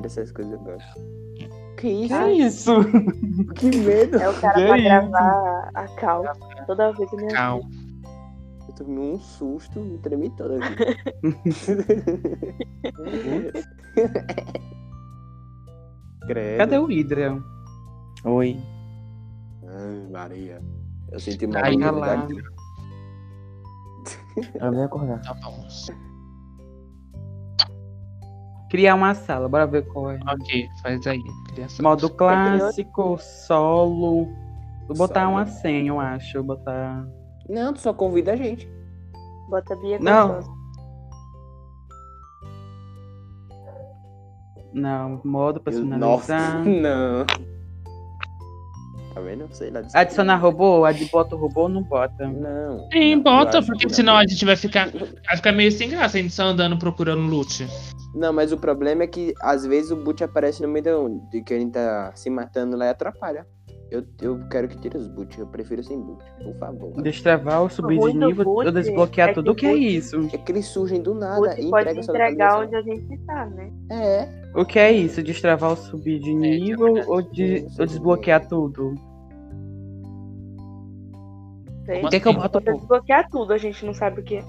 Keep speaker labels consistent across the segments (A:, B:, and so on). A: dessas coisas, eu gosto. Que é isso?
B: Que isso?
A: Que medo!
C: É o cara
B: Que
C: pra
B: isso?
C: gravar a cal. Toda vez que minha
B: Cal.
A: Eu tomei um susto e tremi toda aqui. Credo.
B: Cadê o Hydra?
A: Oi. Ai, Maria. Eu senti uma
B: Ai,
A: barulho
B: lá.
A: daqui.
D: Ela vai acordar.
E: Tá bom.
B: Criar uma sala, bora ver qual é.
E: Ok, faz aí. Criação.
B: Modo
A: Tá
B: clássico, solo. Vou botar
A: Solo.
B: uma senha, eu acho. Vou botar.
A: Não, tu só convida a gente.
C: bota Bia
B: Não.
C: Gostosa.
B: Não, modo
A: Eu- Nossa.
B: personalizar.
A: Não. Tá vendo? Sei lá. desculpa.
B: Adicionar robô, ad bota o robô ou não bota?
A: Não.
E: Sim,
A: Não, eu
E: bota,
A: acho
E: porque
A: que não.
E: senão a gente vai ficar. Vai ficar meio sem graça a gente só andando procurando loot.
A: Não, mas o problema é que às vezes o boot aparece no meio da onde- de que a gente tá se matando lá e atrapalha. Eu, eu quero que tire os boots, eu prefiro sem boot, por favor.
B: Destravar ou subir de
C: Muito
B: nível
C: boot,
B: ou desbloquear
C: é que
B: tudo. O que é
C: boot-
B: isso?
A: É que eles surgem do nada
C: Você
A: e
C: pode
A: entregam sua
C: entregar
A: localização.
C: onde a gente tá, né?
A: É,
B: O que é isso? Destravar ou subir de nível
E: verdade.
B: ou, de- ou desbloquear tudo?
C: Sei.
B: O que é que eu
E: assim?
B: boto?
C: Pra desbloquear tudo, a gente não sabe o que é.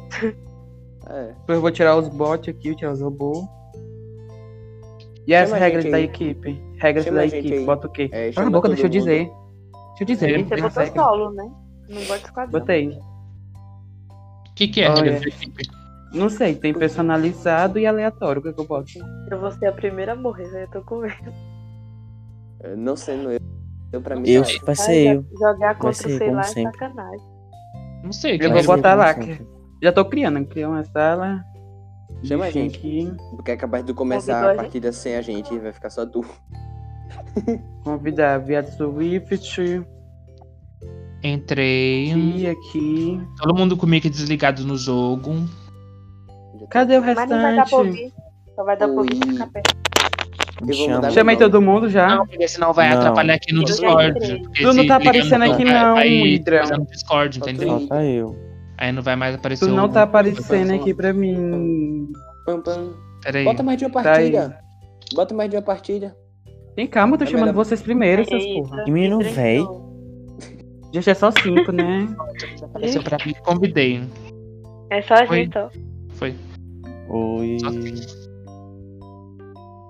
A: é.
B: Eu vou tirar os bots aqui, tirar os robôs. E as
A: Chama a
B: regras
A: gente
B: da
A: aí.
B: equipe? Regras
A: Chama
B: da
A: a gente
B: equipe,
A: aí.
B: bota o quê?
A: É,
B: Cala
A: chama
B: a boca,
A: todo
B: deixa eu
A: mundo.
B: dizer. Deixa eu dizer.
E: Ele
C: Você
B: tem
E: botou
C: botou
B: regra.
C: solo, né? Não bota esquadrão.
B: Botei.
E: O que, que é,
B: Olha.
E: regra da equipe?
B: Não sei, tem personalizado e aleatório. O que, é que eu boto?
C: Eu vou ser a primeira a morrer, né? Eu tô com medo.
A: É, Não sendo eu, eu pra mim.
D: Eu,
A: tá
D: vai
C: Ai,
D: ser eu.
C: jo- Jogar contra
D: ser,
C: o sei
D: como
C: lá é
D: sempre.
C: sacanagem.
E: Não sei.
B: Eu
E: cara.
B: vou
D: Vai ser
B: botar
D: como
B: lá,
D: sempre.
B: Já tô criando, criando uma sala.
A: Chama a
B: Deixa
A: gente.
B: Aqui,
A: Porque é capaz de começar
C: Convidou
A: a
C: a gente.
A: partida sem a gente, vai ficar só tu.
B: convidar via Swift.
E: Entrei.
B: E aqui.
E: Todo mundo com o mic desligado no jogo.
B: Cadê o
C: Mas não vai dar pra
B: restante?
C: ouvir. Só vai dar pra ouvir
A: Ui.
C: se ficar perto.
A: Eu vou mandar
B: Chamei todo mundo já.
E: Não, porque senão vai
D: Não.
E: atrapalhar aqui no
C: Eu já
E: Discord.
C: entrei.
E: porque
B: Tá? Tu não
E: se
B: tá
E: ligar
B: aparecendo
E: no-
B: aqui
E: vai-
B: não,
E: vai
B: Hydra.
E: coisar no Discord,
A: Tô
E: entendeu?
A: triste.
D: Falta tá eu.
E: Aí não vai mais aparecer
B: Tu
E: o-
B: não tá aparecendo
A: Vai,
B: aqui pra mim.
A: Pam, pam.
E: Peraí.
A: Bota mais de uma
B: tá
A: partida. Bota mais de uma partida.
B: Tem calma, eu tô
A: É
B: chamando
A: melhor-
B: vocês primeiro, essas
C: Eita,
B: porra.
D: Menino,
C: que
D: véi.
C: tranquilo.
B: Gente, é só cinco, né?
E: Apareceu pra mim, convidei.
C: É só a
E: Oi.
C: gente, ó.
E: Foi.
D: Oi.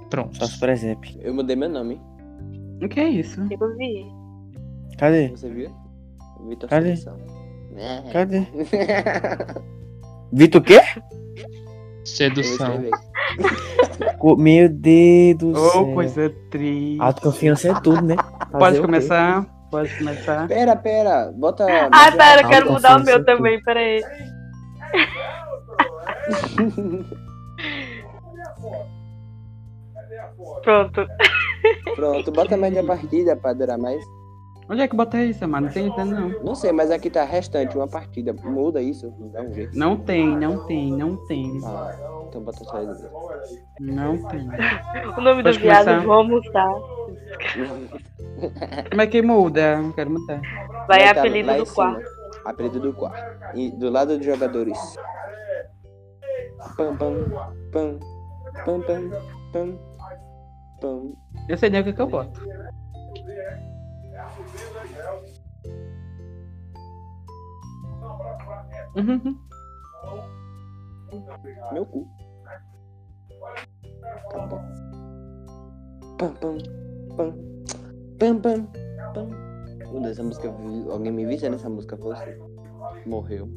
E: Pronto.
D: Só se presépio.
A: Eu mudei meu nome.
B: O que é isso?
C: Eu Tipo, vi.
D: Cadê?
A: Você viu? Vitor
D: Cadê?
A: Seleção. É.
D: Cadê? Vitor o quê?
A: Eu
E: Sedução.
A: escrevi.
D: Co- Meu Deus do
B: Ô,
D: céu.
B: coisa triste.
D: Autoconfiança é tudo, né?
B: Pode
D: o quê?
B: começar. Pode começar.
A: Pera, pera. Bota.
C: Ah, pera, eu
D: Ah,
C: quero
D: tá,
C: mudar o
D: sim,
C: meu
D: sim.
C: também, pera aí. Pronto.
A: Pronto, bota mais de uma partida pra durar mais.
B: Onde é que bota isso, mano? Não tem entendo, não.
A: Não sei, mas aqui tá restante uma partida. Muda isso. Dá um jeito.
B: Não tem, não tem, não tem.
A: Ah, então bota só isso.
B: Não tem.
C: O nome
B: Pode
C: do viado,
B: começar.
C: vamos tá.
B: Como é que muda? Não quero mudar.
C: Vai
A: Lá
C: é
A: tá-
C: apelido
A: lá em
C: do
A: cima.
C: quarto.
A: Apelido do quarto. E do lado dos jogadores. Pam, pam, pam, pam, pam, pam, pam.
B: Eu sei nem o que, que eu boto. Uhum.
A: Meu cu. Tá bom. Pam, pam, pam, pam, pam, pam. Meu Deus, essa música. Alguém me vicia nessa música, foi você. Morreu.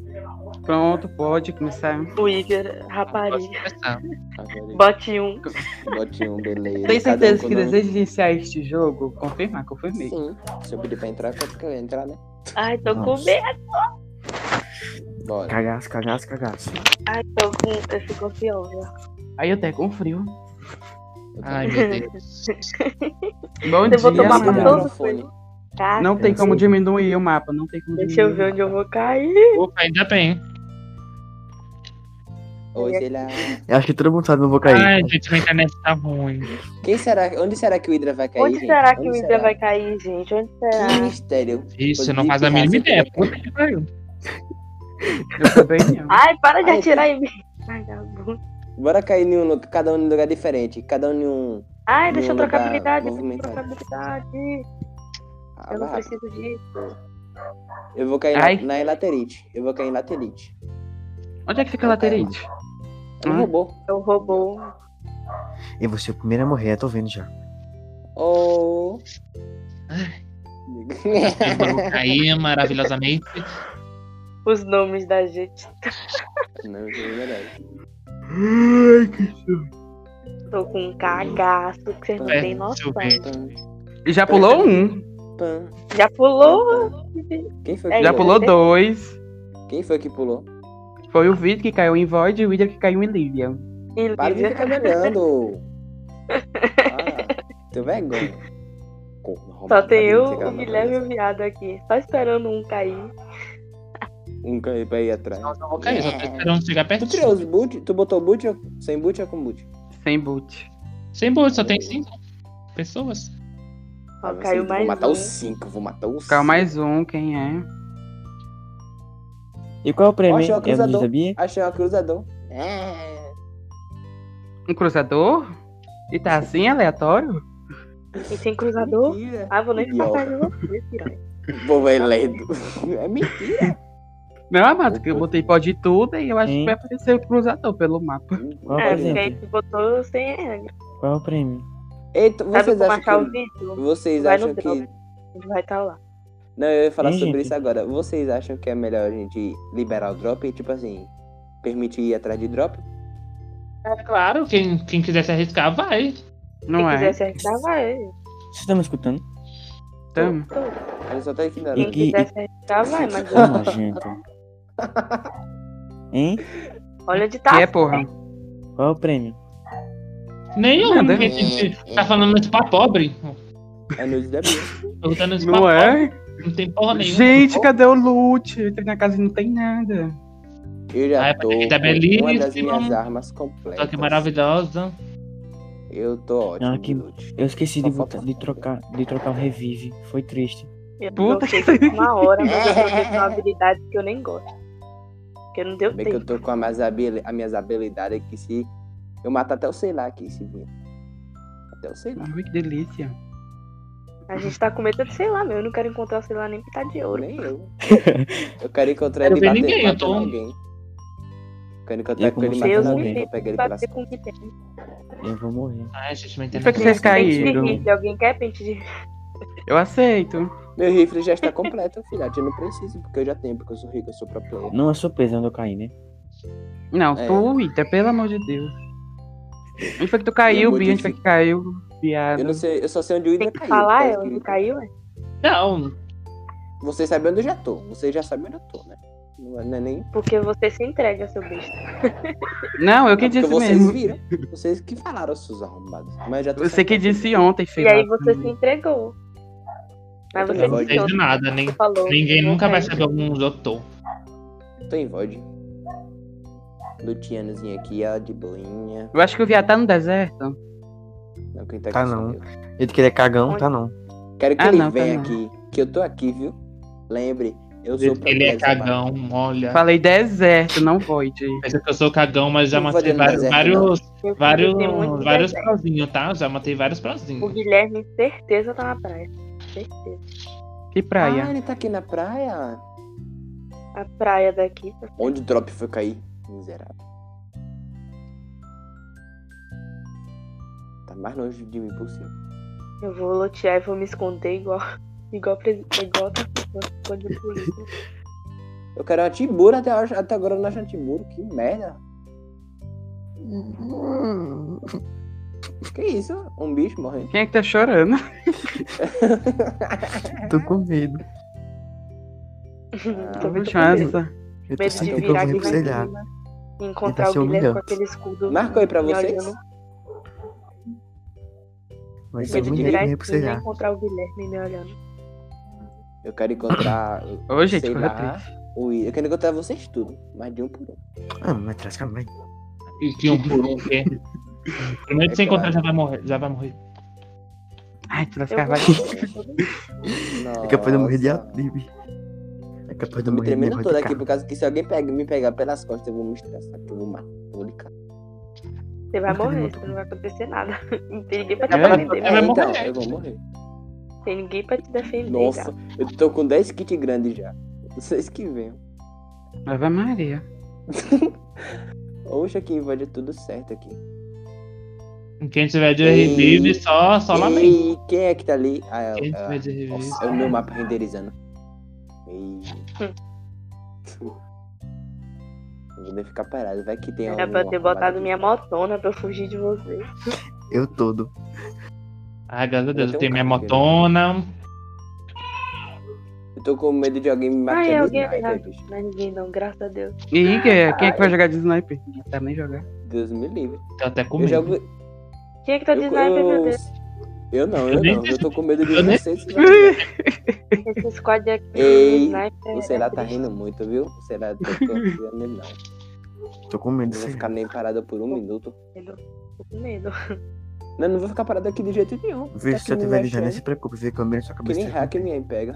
B: Pronto, pode começar.
C: O Igor,
E: Pode
C: rapariga.
E: começar.
A: Agora
C: Bote um.
A: bote um beleza.
B: Tem
D: tá
A: Cada um
B: certeza
A: com
B: que
A: nome.
B: deseja iniciar este jogo? Confirmar, confirmei.
A: Sim. Se eu pedir pra entrar, é porque eu ia entrar, né?
C: Ai, tô com
D: Nossa.
C: medo.
A: Bora.
D: Cagaço, cagaço, cagaço.
C: Ai, tô com esse confiança.
B: Aí eu até com frio.
E: Ai, meu Deus.
B: Bom
C: Eu vou
B: dia,
C: tomar
A: Esse
B: Amanda.
C: pra todo-
A: microfone.
C: Tá.
B: Não tem como diminuir o mapa, não tem como
C: Deixa eu ver
B: diminuir.
C: onde eu vou cair.
E: Opa, ainda bem.
A: Ou sei lá.
D: Eu acho que todo mundo sabe onde eu vou
E: Ai,
D: cair.
E: gente, minha internet tá ruim.
A: Quem será, onde será que o Hydra vai cair?
C: Onde
A: gente?
C: será que
A: Onde
C: o Ida
A: será?
C: vai cair, gente? Onde será?
A: Que mistério.
E: Isso, não faz a mínima ideia. Puta que pariu.
B: Eu também não.
C: Ai, para de
A: Ai,
C: atirar em mim. Ai, tá bom.
A: Bora cair em um lugar, cada um em um lugar diferente. Cada um em um,
C: Ai, deixa eu
A: Não,
C: trocar
A: dá
C: habilidade. Deixa eu
A: movimentar.
C: trocar habilidade.
A: Ah,
C: Eu não
A: vai.
C: preciso disso.
A: Eu vou cair
B: Ai.
A: na, na Elaterite. Eu vou cair em Laterite.
B: Onde é que fica a laterite?
A: É um
B: Ah.
A: robô.
C: É um robô.
D: Eu vou ser o primeiro a morrer, eu tô vendo já.
A: Oh.
E: Eu caí maravilhosamente.
C: Os nomes da gente.
A: não, isso é verdade.
C: Tô com um cagaço que vocês não
A: É,
C: têm
E: deixa eu
C: noção.
E: ver.
A: Pam,
B: E já pulou um,
A: pam,
C: Já pulou?
A: pam. Quem foi
C: É
A: que
B: já
C: isso.
B: pulou dois.
A: Quem foi que pulou?
B: Foi o Vid que caiu em Void e o William que caiu em Lívia.
C: E
A: Para de
C: Lívia.
A: ficar melhorando. Ah, teu vergonha. Corno,
C: Só
A: arrombado,
C: tem
A: tá
C: eu,
A: vendo que você
C: o
A: caiu na
C: Guilherme e
A: cabeça.
C: o viado aqui. Só esperando um cair.
A: Um caiu pra ir atrás.
E: Nossa, eu vou cair, só tô esperando chegar
A: Tu
E: perto.
A: tirou os boot? Tu botou boot ou sem boot ou com boot?
B: Sem boot.
E: Sem boot, só tem cinco pessoas.
C: Ó,
A: Fala
C: caiu
A: assim,
C: mais
A: Vou matar
C: um.
A: os cinco, vou matar os
B: Caiu
A: cinco.
B: mais um, quem é?
D: E qual é o prêmio?
A: Achei o
D: hein? Eu não
A: cruzador.
D: sabia?
A: Achei um cruzador. É.
B: Um cruzador? E tá assim, aleatório?
C: E sem cruzador?
A: Mentira.
C: Ah, vou nem
A: Idiota.
C: passar de você, piranha.
A: Vou é lendo. É mentira.
B: Meu amado, que eu botei pode tudo e eu acho
D: Hein?
B: que vai aparecer o cruzador pelo mapa.
D: Qual é
C: É,
D: o
C: porque aí
D: prêmio?
C: tu botou sem regra.
D: Qual é o prêmio?
A: Eita,
C: Sabe
A: vocês
C: como achar o
A: acham que...
C: vídeo?
A: Vocês
C: Vai
A: acham
C: no
A: que...
C: drop. Ele vai estar lá.
A: Não, eu ia falar
D: Hein,
A: sobre
D: gente?
A: isso agora. Vocês acham que é melhor a gente liberar o drop? Tipo assim, permitir ir atrás de drop?
E: É claro, quem, quem quiser se arriscar, vai.
B: Não
C: Se
B: é?
C: quiser se arriscar, vai.
D: Vocês estão me escutando?
B: Então,
A: Eu só tô ignorando.
D: E
C: Quem
D: que-
C: quiser se arriscar, vai. Mas
D: Ô, nojento. Hein?
C: olha onde
B: que
C: tá.
B: é, porra?
D: Qual é o prêmio?
E: Nenhum.
B: Nada.
E: gente tá falando isso pra pobre.
A: É nude da Bia.
E: Perguntando isso pra
B: Não
E: pobre.
B: é?
E: Não tem porra nenhuma.
B: Gente, cadê o loot? Eu entrei na casa e não tem nada.
A: Eu já
E: Ah, é
A: tô
E: porque tá
A: com uma das
D: tipo,
E: belíssimo.
D: um
A: minhas armas completas.
E: Só que maravilhosa.
A: Eu tô ótimo.
D: Ah, que-
A: de nude.
D: Eu esqueci de,
A: Só
D: botar,
A: falta-
D: de trocar de trocar o revive. Foi triste.
C: Eu
B: Puta
C: troquei por uma hora, mas eu troquei com uma habilidade que eu nem gosto. Porque não deu
A: Ainda Bem que
C: tempo.
A: eu tô com as minhas, habili- as minhas habilidades aqui. Se eu mato até o sei lá aqui, se vir. Até o sei lá.
B: Ai, que delícia.
C: A gente tá com medo de sei lá, meu. Eu não quero encontrar o sei lá nem pitar de ouro.
A: Nem eu. Eu quero encontrar
E: Quero
A: ele
E: ver
A: batendo
E: ninguém, eu
A: batendo
E: tô-
A: alguém. Quero encontrar
D: Eu
A: com ele
D: como
A: matando
C: Deus
A: alguém.
C: me
A: Vou pegar ele pelas
C: Saber com o que tem.
D: Eu vou morrer.
E: Ai, gente, não
B: E
E: entendo.
B: foi é que vocês
C: Pente de
B: caíram?
C: rifle. Alguém quer pente de
B: Eu aceito.
A: Meu rifle já está completo, filhote. Eu não preciso, porque eu já tenho, porque eu sou rico, eu sou pro player.
D: Não é surpresa onde eu caí, né?
B: Não,
A: É.
B: tu, Ita, pelo amor de Deus. Onde foi que tu caiu,
A: Eu
B: Bia? Onde foi que caiu? Viado.
A: é Eu não sei, eu só sei onde o Ida
C: Tem que
A: caiu. assim, né?"
C: falar,
A: porque
C: é onde caiu, é?
E: tá Não,
B: Tá
A: Vocês sabem onde eu já tô. Vocês já sabem onde eu tô, né? Não é, não é nem.
C: Porque você se entrega, seu besta.
B: Não, eu que
A: É porque
B: disse
A: vocês
B: mesmo.
A: viram. Vocês que falaram, seus arrombados. Mas eu já tô
B: Você que
A: sabendo.
B: disse ontem, sei
C: E
B: lá.
C: aí você se
B: também.
C: entregou. Mas
A: Eu
C: você
A: também.
E: não
A: Void.
C: disse
E: sei de
C: ontem,
B: então.
E: nada,
C: você
E: nem.
C: falou.
E: Ninguém
C: não
E: nunca vai
C: caiu.
E: saber onde eu tô.
A: Tô em void. Lucianozinho aqui, ela de boinha.
B: Eu acho que o viado tá no deserto.
A: Não, quem tá aqui
D: Tá
A: sou
D: não.
A: eu.
D: Eu que ele é cagão, tá não.
A: Quero que
B: Ah,
A: ele
B: não, tá
A: venha
B: não.
A: aqui, que eu tô aqui, viu? Lembre, eu sou pro
E: Ele é
A: player,
E: cagão, olha.
B: Falei deserto, não void.
E: Pensa que eu sou cagão, mas já
A: Não
E: matei
A: vou
E: vários,
A: dizer
E: vários,
C: Eu um
E: vários,
C: tenho muito
E: vários
C: desejo.
E: prozinhos, tá? Já matei vários
C: O
E: prozinhos.
C: Guilherme, certeza, tá na praia. Certeza.
B: Que
A: Ah,
B: praia.
A: ele tá aqui na praia.
C: A praia daqui.
A: Onde o drop foi cair? Miserável. Tá mais longe de mim possível.
C: Eu vou lotear e vou me esconder igual. Igual, pres- igual tá esconde a polícia.
A: Eu quero a Tibura até, hoje- até agora eu não acho a Tibura. Que merda.
D: Hum,
A: Que isso? Um bicho morrendo.
B: Quem é que tá chorando?
A: É.
D: Tô com medo.
A: Ah,
C: Tô muito tá
B: Tô
C: com medo.
B: chance.
A: tá
D: Eu
C: Medo de virar aqui pra
A: né?
C: cima e encontrar
D: Ele tá
C: o Guilherme
D: se
C: com
D: humilhando.
C: aquele escudo.
A: Marcou aí pra
C: me
A: vocês?
C: olhando.
D: Vai
A: ser
C: Medo de
A: humilhando
C: virar em cima e encontrar o Guilherme me olhando.
A: Eu quero encontrar.
B: Ô, gente, é
A: sei
B: corra
A: lá,
B: atrás.
A: o I- Eu quero encontrar vocês tudo. Mas de um por um.
D: Ah, mas traz calma aí.
E: E que um por um quê? Primeiro que você
A: É claro.
E: encontrar já vai morrer. Já vai morrer.
B: Ai, tu vai
C: Eu
B: ficar vai.
C: vou...
D: É capaz de eu morrer de
A: Nossa.
D: atlibe. É capaz de
A: Eu me
D: eu morrer de
A: tremendo
D: negócio
A: toda
D: de
A: aqui
D: carro.
A: por causa que se alguém pega, me pegar pelas costas, eu vou me estressar, que eu vou matar. Vou lhe catar.
C: Você vai
D: Nunca me
C: morrer,
D: matou.
C: você não vai acontecer nada. Não tem ninguém pra te
B: É, vai-
C: defender.
E: vai
A: É,
C: mano.
E: morrer.
A: então, eu vou morrer.
C: Não Tem ninguém pra te defender.
A: Nossa,
C: cara.
A: eu tô com 10 kits grandes já. Vocês que vêm.
B: Ave Maria.
A: Oxa, que invade tudo certo aqui.
E: Quem tiver de
A: Ei.
E: revive, só, só lamento.
A: E quem é que tá ali? Ah, é, é,
E: Quem tiver de revive.
A: nossa, é o meu mapa renderizando. Ei. Vou nem ficar parado, vai que tem
C: Era
A: algum
C: pra eu ter
A: arrombado
C: botado
A: aqui.
C: minha motona pra eu fugir de você.
D: Eu todo.
E: Ai, graças a Deus, eu
A: Eu tenho
E: tenho minha
A: um carro aqui, né?
E: motona.
A: Eu tô com medo de alguém me matar
C: Ai,
A: de
C: alguém
A: sniper,
C: vai-
A: bicho.
C: Mas ninguém não, graças a Deus.
B: E quem é, quem é que vai jogar de sniper? Não sabe nem jogar.
A: Deus me livre.
E: Tô até com
A: Eu
E: medo.
A: jogo.
C: Quem é que tá de
A: eu,
C: sniper, meu
A: eu-
C: Deus?
A: eu não, eu,
E: Eu nem
A: não.
E: sei
A: Eu tô com medo de
E: eu nem-
A: vocês. Você
C: Esse squad aqui
A: Ei,
C: de sniper. é
A: o Será tá rindo muito, viu? O Será tá confiando nele, não.
D: Tô com medo.
A: Não vou
D: sei lá.
A: ficar nem parado por um minuto.
C: Tô com medo.
A: Não, não vou ficar parado aqui de jeito nenhum.
D: Vê
A: Tá
D: se
A: aqui
D: eu
A: me
D: tiver já, nem
A: mexendo.
D: se preocupe. Vê que eu miro na sua
A: né? Que
D: cabeça. tá
A: nem
F: tá
A: hacker me pega.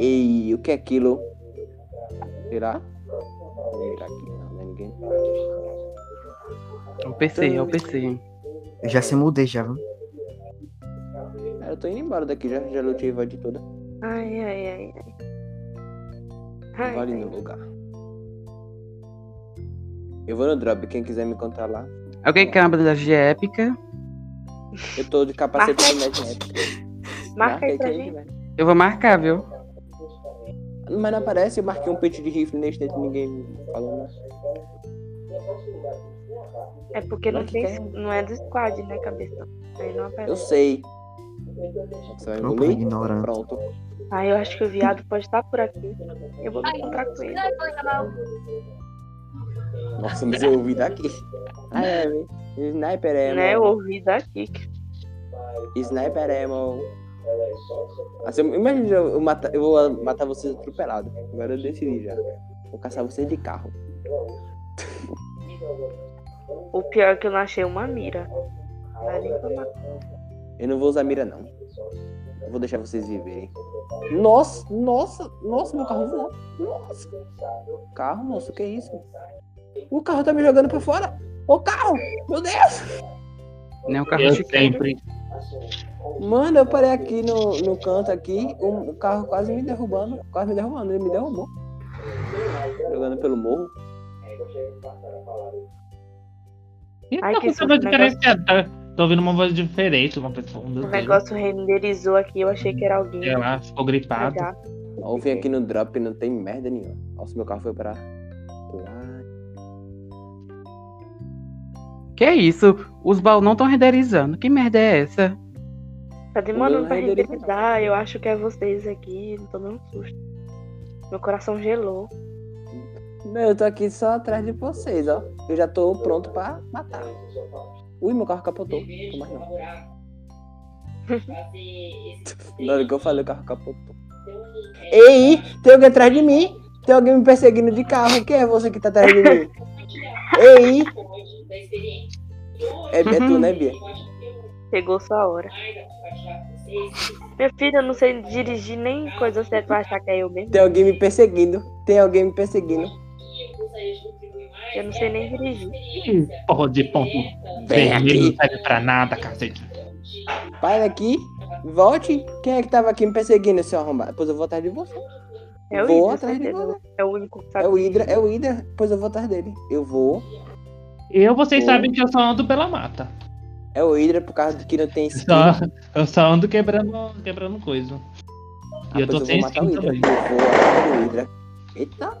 A: Ei, o que é aquilo? Será? Será que não, né? Ninguém.
B: É o PC, é o PC.
A: né?
D: Eu já se mudei já, viu?
A: Cara, eu tô indo embora daqui, já, já lutei a de toda.
C: Ai, ai, ai, ai. Ai,
A: Vale no lugar. Eu vou no drop, quem quiser me contar lá.
B: Alguém quer uma habilidade épica?
A: Eu tô de capacete
C: Marca
A: do Magic.
C: marca aí pra
A: que a
C: gente.
A: vai.
B: Eu vou marcar, viu?
A: Mas não aparece, eu marquei um peito de rifle nesse dentro, ninguém falou nada.
C: É porque não,
A: Mas que
C: tem,
A: tem.
C: não é do squad, né, cabeça? Aí não
A: Eu
C: aparece.
A: sei. Você vai
D: Não,
A: me
D: pô,
A: engolir?
D: ignorante.
A: Pronto.
C: Ah, eu acho que o viado pode estar por aqui. Eu vou me encontrar com ele.
A: Nossa, mas eu ouvi daqui. Ah, é, vi. Sniper é.
C: né? Eu
A: mano.
C: ouvi daqui. que-
A: Sniper Ammo. Assim, imagina eu, mata- eu vou matar vocês atropelado. Agora eu decidi já. Vou caçar vocês de carro.
C: O pior é que eu não achei uma mira. Não é nem pra matar.
A: Eu não vou usar mira, não. Eu vou deixar vocês viverem. Nossa, nossa, nossa, meu carro voou. Nossa. Carro, moço, que isso? O carro tá me jogando pra fora. Ô, carro! Meu Deus!
B: Nem é o carro
E: Eu
B: de quem.
E: sempre.
A: né? Mano, eu parei aqui no, no canto aqui. um- o carro quase me derrubando. Quase me derrubando. Ele me derrubou. Jogando pelo morro.
E: Ih,
C: Ai,
E: tá
C: que
E: com
C: susto,
E: voz
C: negócio-
E: diferenciada. Tá- Tô ouvindo uma voz diferente, uma pessoa.
C: O
E: Meu Deus.
C: negócio renderizou aqui, eu achei que era alguém. Tá
E: Sei lá, ficou gripado.
C: Já.
A: Ó, Eu vim aqui no drop e não tem merda nenhuma. Nossa, meu carro foi pra lá.
B: Que isso? Os baús não estão renderizando. Que merda é essa?
C: Tá demorando
A: Não
C: pra
A: renderizou, não.
C: renderizar, eu acho que é vocês aqui, não tomei um susto. Meu coração gelou.
A: Meu, eu tô aqui só atrás de vocês, ó. Eu já tô pronto pra matar. Ui, meu carro capotou. Tô mais não. Na hora que eu falei, o carro capotou. Ei, tem alguém atrás de mim. Tem alguém me perseguindo de carro. Quem é você que tá atrás de mim? Ei. É, é tu, né, Bia?
C: Chegou sua hora. Meu filho, eu não sei dirigir nem coisa, você vai achar que é eu mesmo?
A: Tem alguém me perseguindo. Tem alguém me perseguindo.
C: Eu não sei nem dirigir.
E: Ih, Porra de ponto
A: Vem
E: vermelho,
A: aqui.
E: não serve pra nada, cacete.
A: Para aqui. Volte. Quem é que tava aqui me perseguindo, seu arrombado? Pois eu vou atrás de você.
C: É o
A: Vou
C: Hidra,
A: atrás de
C: certeza.
A: você.
C: É o único que sabe.
A: É o Hydra, é o Hydra, pois eu vou atrás dele. Eu vou.
E: Eu, vocês
A: Pô.
E: sabem que eu só ando pela mata.
A: É o Hydra por causa de que não tem skin. Ah,
E: Só, eu só ando quebrando, quebrando coisa. E eu
A: pois
E: tô sem
A: vou matar o
E: skin
A: Hydra.
E: também.
A: Eu vou atrás do Hydra. Eita.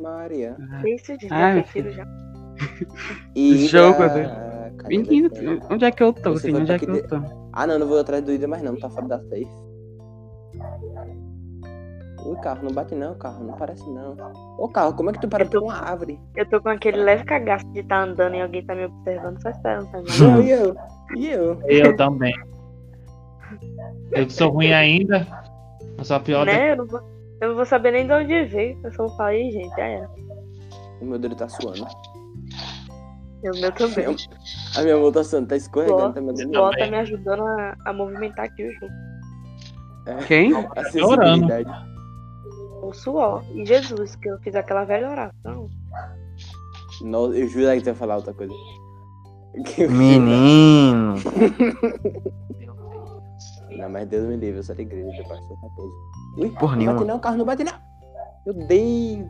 A: Maria.
C: Que isso, gente?
B: Ah,
C: eu
B: meu
C: prefiro já.
A: Hydra...
B: jogo,
A: Cadê
B: Menino,
A: você?
B: onde é que eu tô?
A: Tá Você
B: Assim,
A: vai
B: onde é
A: ter
B: que
A: que
B: eu tô?
A: Ah não, não vou atrás do Hydra mais não, tá fora da safe. Ui, carro, não bate não, carro, não parece não. Ô carro, como é que tu para
C: Eu tô-
A: por uma árvore?
C: Eu tô com aquele leve cagaço de estar andando e alguém tá me observando, só esperando tá pra
A: E
E: Hum.
C: mim.
A: eu, e eu? E eu?
E: Eu também. Eu que sou ruim ainda. Eu sou a pior da...
C: né? Eu não, vou, eu não vou saber nem de onde veio. Eu só vou falar, "Ih, gente, é, já era.
A: O meu dedo tá suando.
C: Eu, meu também.
A: Meu- A minha mão tá suando, tá escorregando, tá me
C: O
A: dando
C: Luó tá me ajudando a, a movimentar aqui o jogo.
B: Quem?
A: acessibilidade.
C: O suor. E Jesus, que eu fiz aquela velha oração.
A: Nossa, eu juro que você ia falar outra coisa. Que eu-
D: Menino.
A: Não, mas Deus me livre, eu sou da igreja, eu passo essa coisa. Ui,
D: Porra
A: não
D: nenhuma.
A: bate não, carro não bate não. Meu Deus.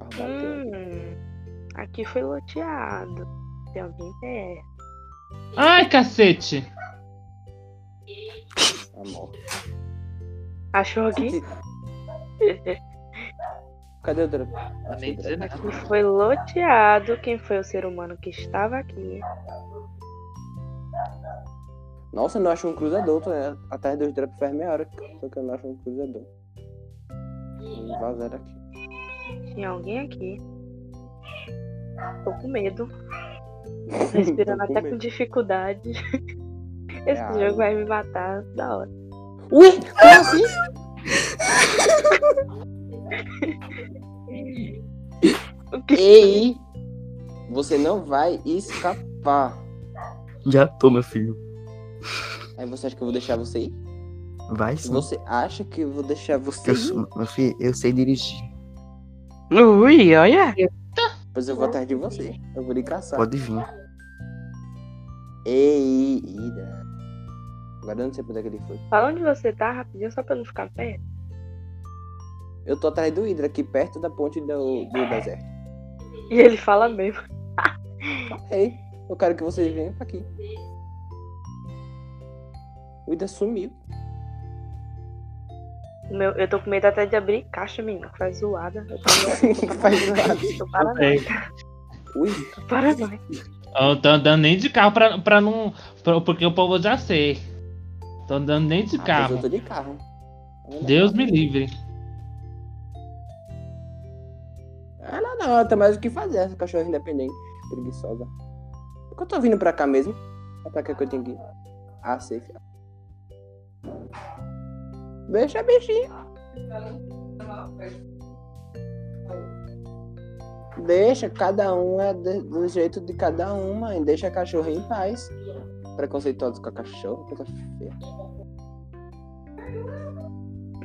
A: Carro bateu.
C: Hum, aqui foi loteado. Tem alguém é." perto.
E: Ai, cacete!
A: Amor.
C: Achou alguém?
A: Que- Cadê o drop? Achei o drop. é-
C: Aqui foi loteado. Quem foi o ser humano que estava aqui?
A: Nossa, eu não acho um cruzador, tô né? atrás dos drops faz meia hora que- só que eu não acho um cruzador. Vamos vazar aqui.
C: Tinha alguém aqui. Tô com medo. Respirando
A: Tô com
C: até com
A: medo.
C: dificuldade. Esse
A: É,
C: jogo
A: água.
C: vai me matar da hora.
A: Ui, como assim?
C: O que-
A: Ei, você não vai escapar.
D: Já tô, meu filho.
A: Aí você acha que eu vou deixar você ir?
D: Vai
A: Se
D: sim.
A: Você acha que eu vou deixar você
D: Eu,
A: ir?
D: sou- meu filho, eu sei dirigir.
B: Ui, olha.
A: Pois eu vou atrás de você. Eu vou lhe caçar.
D: Pode vir.
A: Ei, Ida. Agora eu não sei pra onde é que ele foi.
C: Fala onde você tá rapidinho, só pra eu não ficar perto.
A: Eu tô atrás do Hidra, aqui perto da ponte do, do deserto.
C: E ele fala mesmo.
A: Ei, eu quero que vocês venham pra aqui. O Hidra sumiu.
C: Meu, eu tô com medo até de abrir caixa, menina. Faz zoada. Eu tô, tô,
A: Faz zoada.
C: Tô
E: Eu
C: paranoico,
E: pego.
A: Ui,
C: tô paranoico.
E: Eu não tô andando nem de carro pra, pra não. pra- porque o povo já sei. Tô andando nem de
A: ah, mas eu
E: carro.
A: tô de carro. É
E: Deus me livre.
A: Ah, não, não, tem mais o que fazer, essa cachorra independente, preguiçosa. Por que eu tô vindo pra cá mesmo? É pra cá que eu tenho que ir. Ah, sei. Deixa a bichinha. Deixa cada um é de- do jeito de cada um, mãe. Deixa a cachorra em paz. Preconceituosos com a cachorra, coisa feia.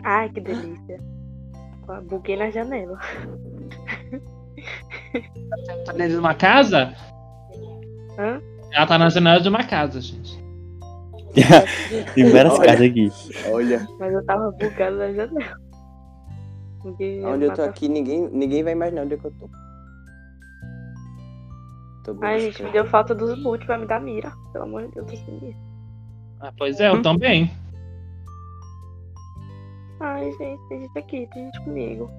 C: Ai, que delícia. Ó, Buguei na janela.
E: Tá dentro de uma casa?
C: Hã?
E: Ela tá na janela de uma casa, gente.
F: Tem várias
A: Olha.
F: casas aqui.
A: Olha,
C: Mas eu tava bugado na janela. Ninguém ia
A: onde eu tô
C: matar.
A: aqui, ninguém, ninguém vai imaginar onde é que eu tô. Tô
C: Ai, gente,
A: buscando.
C: me deu falta dos boot pra me dar mira. Pelo amor de Deus, eu tô sem mira.
E: Ah, pois é, eu
A: Hum?
E: também.
C: Ai, gente, tem gente aqui, tem gente comigo.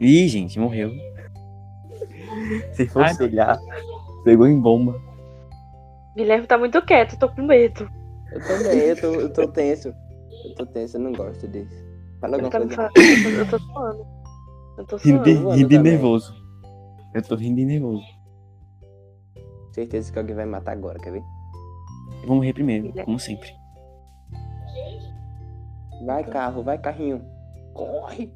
F: Ih, gente, morreu. Se fosse
E: Ai.
F: olhar, pegou em bomba.
C: Guilherme tá muito quieto, tô com medo.
A: Eu também, eu tô, eu tô tenso. Eu tô tenso, eu não gosto disso. Fala
C: Ele
A: alguma
C: tá me
A: coisa.
C: falando. Eu tô suando. Eu tô
F: Rindo,
C: suando.
A: voando
F: rindo e
A: também.
F: nervoso. Eu tô rindo e nervoso.
A: Certeza que alguém vai me matar agora, quer ver?
F: Vou morrer primeiro, como sempre.
A: Vai carro, vai carrinho. Corre!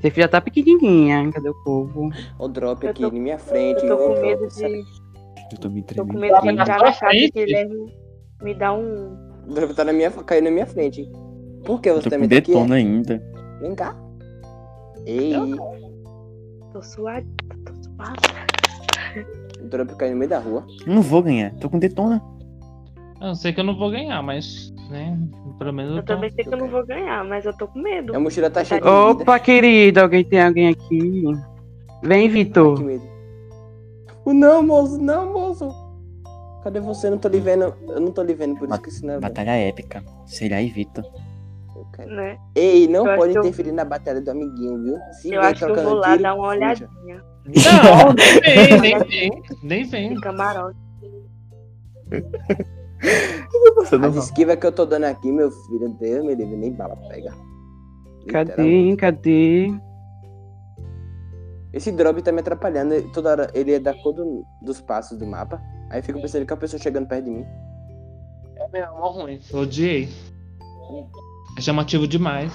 B: Você já tá pequenininha, cadê o povo?
A: Ó O drop
C: Eu
A: aqui
C: tô-
A: na minha frente.
C: Eu tô
A: ó o
C: com
A: drop,
C: medo
A: sai.
C: de.
F: Eu tô me
C: Tô com
F: tremendo.
C: medo de
E: Tá na
C: entrar
E: tua
C: na casa e
E: frente?
C: Guilherme me dar um.
A: O drop tá na minha, caiu na minha frente. Por que
F: Eu
A: você
F: tô com
A: também tá aqui?
F: detona ainda.
A: é? Vem cá. Ei,
C: Tô suado, tô suado.
A: o drop caiu no meio da rua.
F: Eu não vou ganhar, tô com detona.
E: Eu sei que eu não vou ganhar, mas. Né, pelo menos eu
C: Eu
E: tô.
C: também sei que eu não vou ganhar, mas eu tô com medo.
A: Minha mochila tá cheia de vida.
B: Opa, querido, alguém tem alguém aqui? Vem,
A: Que
B: Vitor.
A: medo. Oh, Não, moço, não, moço. Cadê você? Eu não tô lhe vendo. Eu não tô lhe vendo, por isso
F: Bat-
A: que senão.
F: Batalha épica. Será e Vitor.
A: Eu quero.
C: Né?
A: Ei, não
C: Eu acho
A: pode
C: que eu-
A: interferir na batalha do amiguinho, viu? Se
C: Eu
A: vem
C: acho que eu
A: trocando
C: vou lá
A: tiro,
C: dar uma
A: fuja.
C: olhadinha.
E: Não, nem vem, nem vem. Nem vem.
C: De camarote.
A: As esquivas que eu tô dando aqui, meu filho, Deus me livre, nem bala pega. Literalmente.
B: Cadê, cadê?
A: Esse drop tá me atrapalhando. ele- Toda hora ele é da cor do- dos passos do mapa. Aí eu fico pensando que é uma pessoa chegando perto de mim.
E: É mesmo, mó ruim. Eu odiei. É chamativo demais.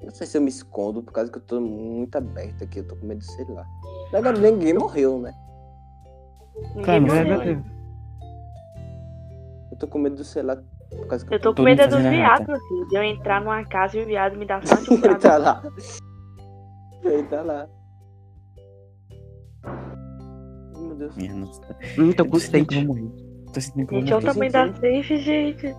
A: Eu Não sei se eu me escondo, por causa que eu tô muito aberto aqui. Eu tô com medo, sei lá. Agora ninguém morreu, né?
F: Tá,
C: Ninguém
F: mas-
C: morreu.
A: Eu tô com medo do sei lá. Por causa que
C: Eu tô
F: Todo
C: com medo é
F: mundo
C: dos
F: fazendo
C: viados,
F: errado.
C: meu filho. De eu entrar numa casa e o viado me dar só de um
A: Tá Ele
C: tapa.
A: tá lá. Ele tá lá. Deus.
F: Minha nossa.
B: Hum, tô com
F: Tô sentindo que eu
B: sede.
F: vou morrer. Tô sentindo que eu
C: Gente, é
F: vou
C: o
F: morrer.
C: tamanho da safe, gente.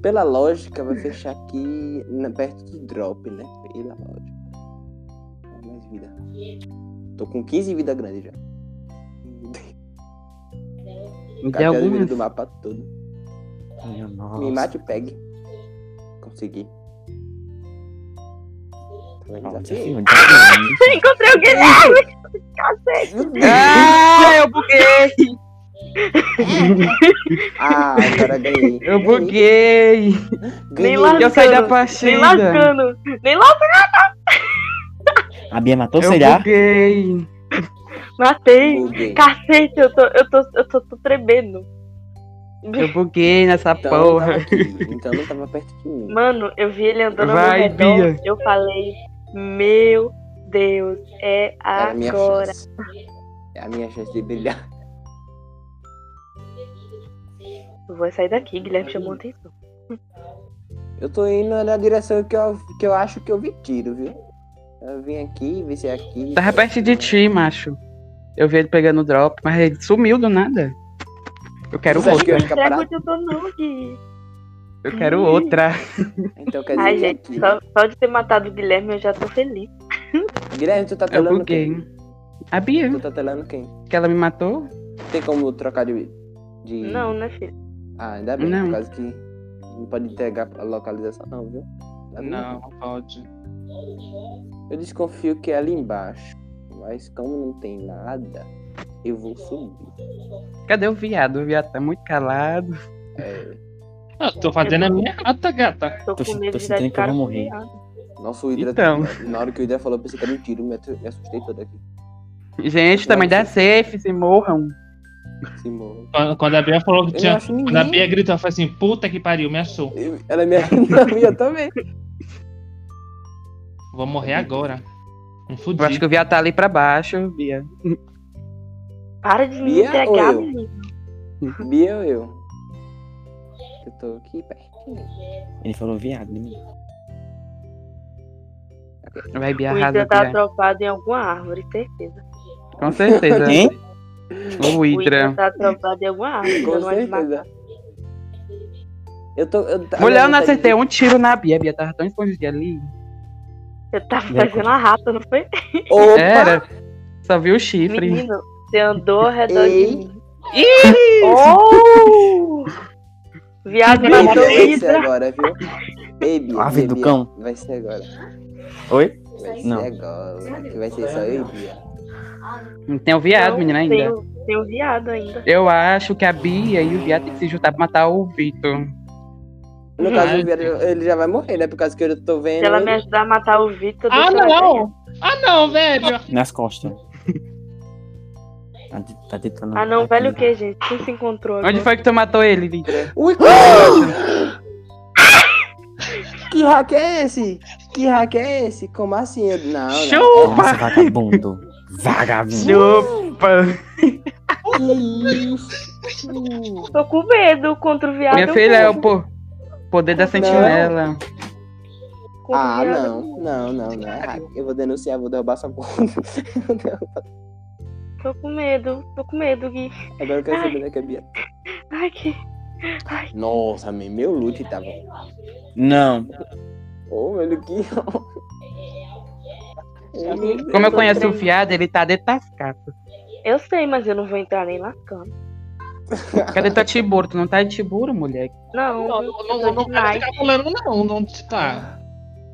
A: Pela lógica, vai fechar aqui na- perto do drop, né? Pela lógica. Mais vida. Tô com 15 vida grande já.
B: Me dê
A: Cadê a vida
B: algumas.
A: do mapa todo.
F: Minha nossa.
A: Me mate e pegue. Consegui. Tá vendo?
F: Ah, um
A: Desafiei.
F: desafio, um desafio.
C: Encontrei o Guilherme!
A: Meu Deus!
B: Ah, eu buguei!
A: Ah, agora ganhei.
B: Eu buguei!
A: Ganhei.
C: Nem lá-
B: Eu saí da
C: Nem
B: partida!
C: lascando! Nem lascando!
F: A Bia matou,
B: Eu
F: será?
B: buguei!
C: Matei!
A: Buguei.
C: Cacete, eu tô, eu tô, eu tô, tô tremendo.
B: Eu buguei nessa
A: Então não
B: porra!
A: tava aqui. Então não tava perto de mim.
C: Mano, eu vi ele andando
B: Vai,
C: ao meu redor,
B: Bia.
C: eu falei, meu Deus, é
A: Era a minha
C: agora.
A: chance. É a minha chance de brilhar.
C: Eu Vou sair daqui, Guilherme chamou a atenção.
A: Eu tô indo na direção que eu, que eu acho que eu vi tiro, viu? Eu vim aqui, vi se é aqui.
B: Tava perto Tá de ti, macho. Eu vi ele pegando o drop, mas ele sumiu do nada. Eu quero
A: Você acha que eu
B: outra.
A: ia
C: Não
A: ficar
C: entrega
A: parado?
C: onde eu tô não, Gui.
B: Eu quero outra.
A: Então quer dizer
C: Ai,
A: que é
C: gente,
A: aqui.
C: só, só de ter matado o Guilherme eu já tô feliz.
A: Guilherme, tu tá
B: Eu
A: telando
B: buguei.
A: quem?
B: A Bia,
A: Tu tá telando quem?
B: que ela me matou?
A: Tem como trocar de... de...
C: Não, né, filho?
A: Ah, ainda bem,
B: Não.
A: por causa que não pode entregar a localização não, viu? Ainda bem.
E: Não, pode.
A: Eu desconfio que é ali embaixo. Mas como não tem nada, eu vou subir.
B: Cadê o viado? O viado tá muito calado.
A: É,
E: Eu tô fazendo a minha rata, gata.
C: Tô,
F: Tô
C: com
F: se-
C: medo
F: tô
C: de dar de
F: sentindo que eu
C: cara
F: vou
C: com
F: morrer.
C: viado.
A: Nossa, o Hydra.
B: Então.
A: Na hora que o Hydra falou, eu pensei que era um tiro, me atru- me assustei todo aqui.
B: Gente, também dá safe, se morram.
A: Simão.
E: Quando, quando a Bia falou que
A: Eu não
E: tinha.
A: acho
E: Quando a
A: ninguém.
E: Bia gritou, ela falou assim: puta que pariu, me achou.
A: Eu- Ela me não, eu também.
E: Vou morrer agora. Um Me fudi.
B: Eu acho que o viado tá ali pra baixo, Bia.
C: Para de me
A: Bia
C: entregar,
A: ou eu?
C: menino.
A: Bia ou eu? Eu tô aqui pertinho.
F: Ele falou viado. né?
B: Vai, Bia,
C: O
B: arrasa,
C: Ida tá
B: Bia.
C: atropado em alguma árvore, certeza.
B: Com certeza.
F: Hein?
B: O
C: O Ida
B: Hydra.
C: tá atropado em alguma árvore.
A: Com
C: não é de matar.
A: certeza. Eu tô. Eu, tá-
B: Mulher, eu não
A: tá-
B: acertei um tiro na Bia. A Bia tava tão escondida ali.
C: Você tava fazendo a rata, não foi?
A: Opa!
B: É, Era. Só vi o chifre.
C: Menino, você andou ao redor de
A: Ei.
C: mim. Oh! Viado
E: Ei,
A: Então
C: matou o
A: vai ser
C: Hidra.
A: agora, viu? Ei, Bia,
F: Ave
A: Bia,
F: do
A: Bia,
F: cão.
A: Vai ser agora.
F: Oi?
A: Vai
F: Não.
A: ser agora. Que vai ser só eu e Bia.
B: Não tem o viado,
C: Não,
B: menina, ainda.
C: Tem um o, tem o viado ainda.
B: Eu acho que a Bia e o viado tem que se juntar pra matar o Vitor.
A: No
E: Hum.
B: é.
A: caso, o Bia, ele já vai morrer, né? Por causa que eu tô vendo.
C: Se ela me ajudar a matar o Vitor,
E: Ah,
C: deixa ela ganhar.
E: não! Ah, não, velho!
F: Nas costas. Tá, de- tá detonando.
C: Ah, não,
F: Tá
C: velho o
F: aqui.
C: que, gente? Quem se encontrou agora?
B: Onde foi que tu matou ele, Vitor?
A: Ui, que hack é esse? Que hack é esse? Como assim? Eu- Não, não.
B: Chupa!
F: Nossa, vagabundo. Vagabundo.
B: Chupa!
A: Que isso?
C: Tô com medo contra o viado.
B: Minha
C: eu
B: filha é o
C: vou.
B: po- poder da sentinela.
C: Contra o
A: Ah,
C: viado, eu
A: não. Não, não, não. É hack. Eu vou denunciar, vou derrubar essa porra. Meu Deus.
C: vou. Tô com medo, tô com medo, Gui.
A: Agora eu quero saber da que é a Bia.
C: Ai, que...
A: Nossa, meu, meu loot tava.
F: Não.
A: Ô, meu Luquinho.
B: Como eu
C: Tô
B: conheço o
C: tremendo.
B: viado, ele tá detascado.
C: Eu sei, mas eu não vou entrar nem lascando.
B: Cadê tua Tiburo? Tu não tá de Tiburo, mulher?
C: Não, Tá eu
E: Não, não,
C: tô
E: não, não
C: de
E: quero
C: Nike.
E: ficar pulando, não. Não tá.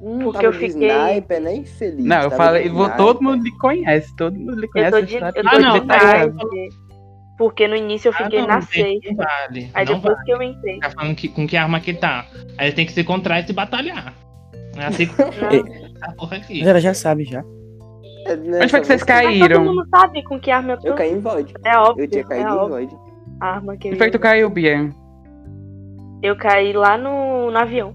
A: Hum,
C: Porque
A: tava
C: eu
A: de
C: fiquei-
A: Sniper, né? Infeliz.
B: Não, eu
A: tava
B: falei,
A: de
B: vou-
A: sniper.
B: todo mundo lhe conhece, todo mundo lhe
C: Eu
B: conhece.
C: tô de, eu
B: sabe?
C: tô
E: Ah,
C: de
E: não,
B: Ele tá ligado.
E: detalhe.
C: Nike. Porque no início eu fiquei
E: ah, não,
C: na
E: gente,
C: safe.
E: Não vale.
C: Aí
E: não
C: depois
E: vale.
C: que eu entrei.
E: Tá falando que, com que arma que tá. Aí tem que se contrair e se batalhar. É assim que
C: Não.
E: essa porra aqui.
F: Mas ela já sabe, já.
A: É, né,
B: Onde foi que
A: só
B: vocês
A: você-
C: Mas Tá todo
B: caíram?
C: mundo sabe com que arma eu tô.
A: Eu caí em Void.
C: É óbvio,
A: Eu tinha
C: é
A: caído em
C: óbvio.
A: Void.
C: A arma que eu
B: Onde foi que tu
C: usei.
B: caiu, Bia?
C: Eu caí lá no, no avião.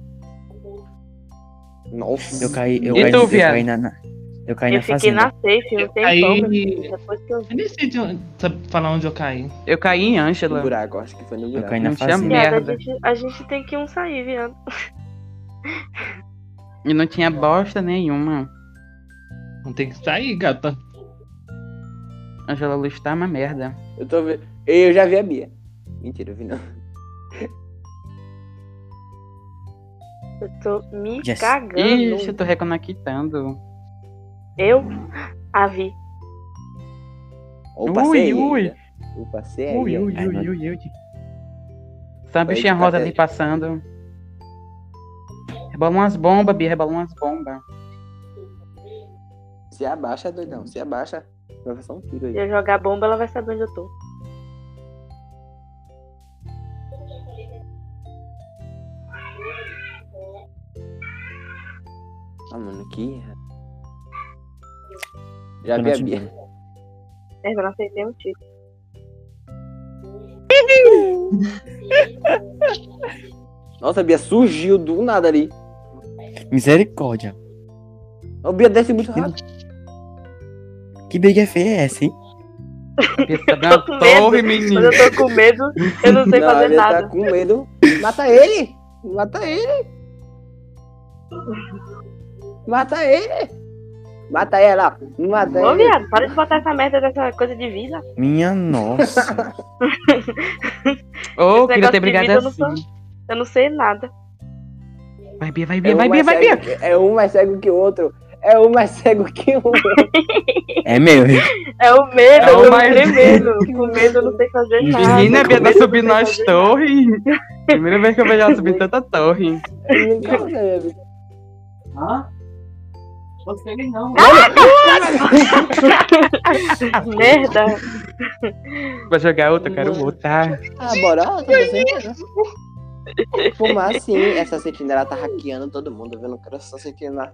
A: Nossa.
F: Eu caí, eu
B: E
F: caí,
B: tu,
F: eu
B: viado?
F: caí na, na- Eu caí
C: eu
F: na
C: fiquei
F: fazenda.
C: na safe,
E: Eu
C: não tem
E: caí-
C: como. Depois que eu vi.
E: Eu nem sei de onde, sabe falar onde eu caí.
B: Eu caí em
A: No
B: Ângela.
A: buraco, acho que foi no
F: Eu
A: buraco.
F: caí na
B: Não tinha
F: fazenda.
C: Viado, a
B: merda.
C: gente, a gente tem que um sair, viado.
B: E não tinha bosta nenhuma.
E: Não tem que sair, gata.
B: Angela Luz tá uma merda.
A: Eu tô vendo. Eu já vi a Bia. Mentira, eu vi não.
C: Eu tô me
F: Yes.
C: cagando.
B: Ixi, eu tô reconectando.
C: Eu? A Vi.
A: Ou
B: Ui,
A: passei
B: ui.
A: ainda. É, Eu passei
B: Ui,
A: ainda.
B: ui,
F: Ai,
B: ui,
F: mano.
B: ui, ui. Tá
A: Vai
B: uma bichinha
A: de
B: rosa
A: café.
B: ali passando. Rebola umas bombas, Bia, rebola umas bombas.
A: Se abaixa, doidão. Se abaixa, vai passar um tiro
C: Se
A: aí.
C: eu jogar bomba, ela vai saber onde eu tô.
A: Ah, mano, que. Já vi a Bia.
C: É, eu não aceitei um tiro.
A: Nossa, a Bia surgiu do nada ali.
F: Misericórdia.
A: A Bia desce muito rápido.
F: Que briga feia é essa, hein?
B: Bia, tá dando
C: Tô com
B: uma torre,
C: Mas
B: menino.
C: eu tô com medo, eu não sei
A: Não, a
C: fazer
A: Bia
C: nada.
A: tá com medo. Mata ele! Mata ele! Mata ele! Mata ela! Mata
C: Ô,
A: ele!
C: viado, para de botar essa merda dessa coisa de vida.
F: Minha nossa.
B: Ô,
C: Esse negócio
B: queria ter
C: de
B: brigado
C: vida eu não
B: assim.
C: sou- Eu não sei nada.
B: Vai, Bia, vai,
A: É
B: Bia,
A: um
B: vai, Bia,
A: mais
B: vai, Bia.
A: cego- É um mais cego que o outro. É um mais cego que o outro.
F: é meu.
C: É o medo,
B: É o
C: eu tô
B: mais-
C: tremendo. Com medo eu não sei fazer nada.
B: Menina, a
C: Com
B: Bia tá
C: medo, eu não
B: subindo
C: sei
B: nas
C: fazer
B: torres. Primeira vez que eu vejo ela subir tanta torre.
A: Eu nunca lembro.
E: Hã? Você não.
C: nada. Merda.
B: Vou jogar outra, eu quero outra.
A: Ah, bora, tá você. Fumar sim, assim, essa sentina ela tá hackeando todo mundo, viu? Não quero essa sentina.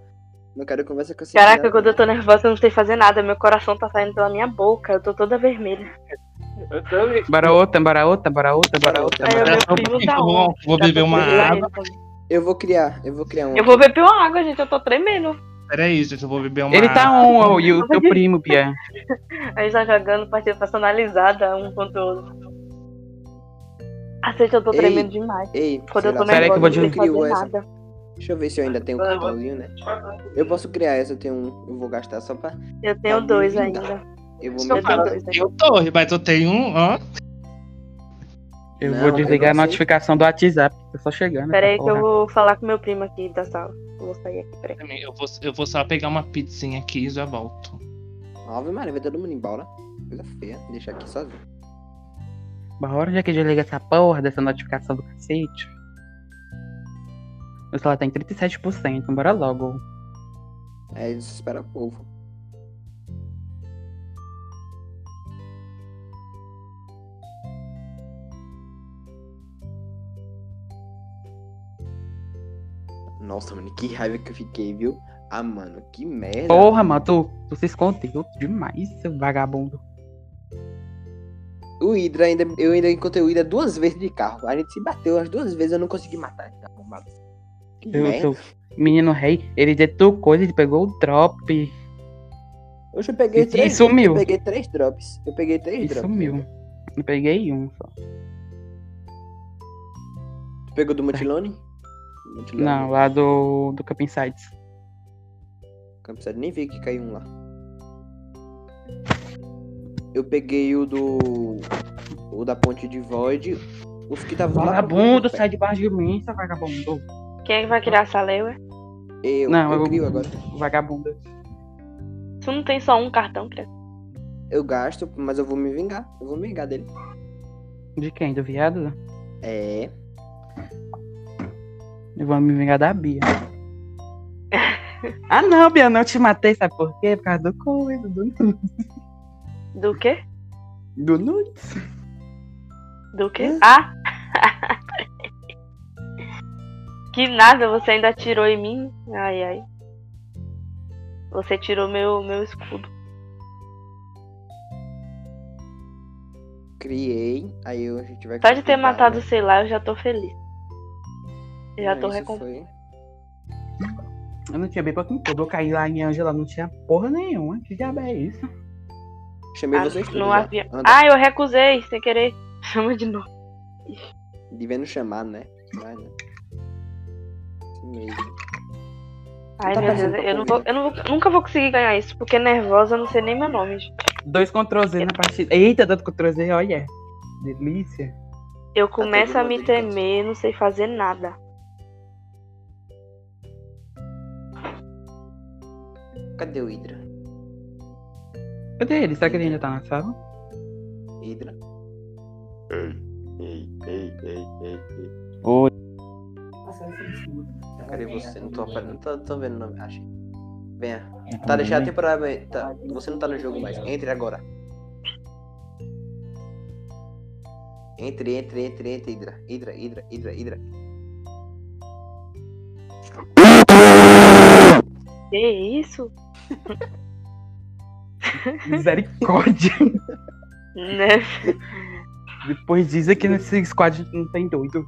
A: Não quero conversa com essa
C: Caraca, quando eu tô nervosa eu não sei fazer nada. Meu coração tá saindo pela minha boca. Eu tô toda vermelha.
E: Eu também.
B: Bora outra, bora outra, bora outra, bora outra.
C: Aí eu
B: bora
C: meu
B: outra.
C: primo tá
E: Vou-
C: on.
E: vou
C: Tá
E: beber uma
C: vermelho
E: água.
C: também.
A: Eu vou criar, eu vou criar um.
C: Eu vou beber uma água, gente. Eu tô tremendo.
E: Peraí, gente, eu vou beber uma
B: Ele tá
E: água.
B: on, ó, e o teu primo, Bia.
C: Aí já jogando partida personalizada um contra o outro. Aceita, eu tô
A: Ei,
C: tremendo demais.
A: Ei,
C: Quando
A: sei
C: eu tô
A: lá,
B: Peraí que
C: nervosa,
B: eu vou
C: eu não sei
B: desligar.
A: criou
C: fazer
A: essa.
C: nada.
A: Deixa eu ver se eu ainda tenho um cartãozinho, né? Eu posso criar essa, eu tenho um. Eu vou gastar só pra.
C: Eu tenho
A: Tá
C: dois
A: linda.
C: ainda.
A: Eu vou
C: Só
A: me
E: Eu
C: pra-
E: falo, eu torre, mas eu tenho um. Hã?
B: Eu
A: Não,
B: vou
A: eu
B: desligar a
A: não sei.
B: notificação do WhatsApp. Eu só chegando.
C: Pera aí
B: essa
C: que eu
B: porra.
C: vou falar com meu primo aqui da sala. Eu vou sair aqui, peraí.
E: Eu vou, eu vou só pegar uma pizzinha aqui e já volto.
A: Ave Maria, vai todo mundo embora. Coisa feia, deixar aqui sozinho.
B: Bora onde é que desliga essa porra dessa notificação do cacete? Meu celular tá em 37%, então bora logo.
A: É, desespera o povo. Nossa, mano, que raiva que eu fiquei, viu? Ah, mano, que merda.
B: Porra, mano, tu, tu se escondeu demais, seu vagabundo.
A: O Hydra ainda. Eu ainda encontrei o Hydra duas vezes de carro. A gente se bateu as duas vezes, eu não consegui matar esse arrombado. Que
B: Eu,
A: merda.
B: seu menino rei, ele detucou, ele pegou o drop e
A: Hoje eu peguei
B: E- e
A: três.
B: sumiu.
A: Eu peguei três drops. Eu peguei três drops.
B: sumiu. Eu peguei um só.
A: Tu pegou do Mutilone? Mutilone.
B: Não, lá do, do Camping Sites.
A: Campsite nem vi que caiu um lá. Eu peguei o do. O da ponte de Void. Os que estavam lá.
B: Vagabundo, sai debaixo de mim, seu vagabundo.
C: Quem é que vai criar a sala? Eu, é?
A: Eu,
B: Não,
A: eu,
B: eu-
A: crio agora.
B: Vagabundo.
C: Tu não tem só um cartão, criança?
A: Eu gasto, mas eu vou me vingar. Eu vou me vingar dele.
B: De quem? Do viado?
A: É.
B: Eu vou me vingar da Bia. ah não, Bia, não te matei, sabe por quê? Por causa do coisa, do nudes.
C: Do quê?
B: Do nudes.
C: Do quê? Ah! que nada, você ainda atirou em mim? Ai, ai. Você tirou meu, meu escudo.
A: Criei. Aí eu- a gente vai.
C: Só de ter
A: configurar,
C: matado,
A: né?
C: sei lá, eu já tô feliz. Eu já
A: Não,
C: tô
A: É, isso
C: recompensado.
A: foi-
B: Eu não tinha bem pra quem todo. Eu caí lá em Angela, não tinha porra nenhuma. Que diabo é isso?
A: Chamei vocês né? todos.
C: Ah, não
A: já.
C: havia.
A: Anda.
C: Ah, eu recusei, sem querer. Chama de novo.
A: Devendo chamar, né? Vai, né? Isso mesmo.
C: Ai,
A: Tá
C: meu
A: perdendo
C: Deus,
A: pra
C: eu, não vou, eu não vou- nunca vou conseguir ganhar isso, porque nervosa eu não sei nem meu nome.
B: Dois Ctrl Z na partida. Eita, dois Ctrl Z, olha. Delícia.
C: Eu começo a
A: Tá todo
C: me
A: mundo em casa.
C: temer, não sei fazer nada.
A: Cadê o Hydra?
B: Cadê ele? Será que ele ainda tá na sala?
A: Hydra.
D: Ei, ei, ei, ei.
F: Oi.
A: Cadê você? Não tô, apare- não tô, tô vendo o nome. Achei. Venha. Tá deixando a temporada. Tá. Você não tá no jogo mais. Entre agora. Entre, entre, entre, entre, Hydra. Hydra, Hydra, Hydra, Hydra.
C: Que isso?
B: Misericórdia.
C: Né?
B: Depois diz aqui nesse squad não tem doido.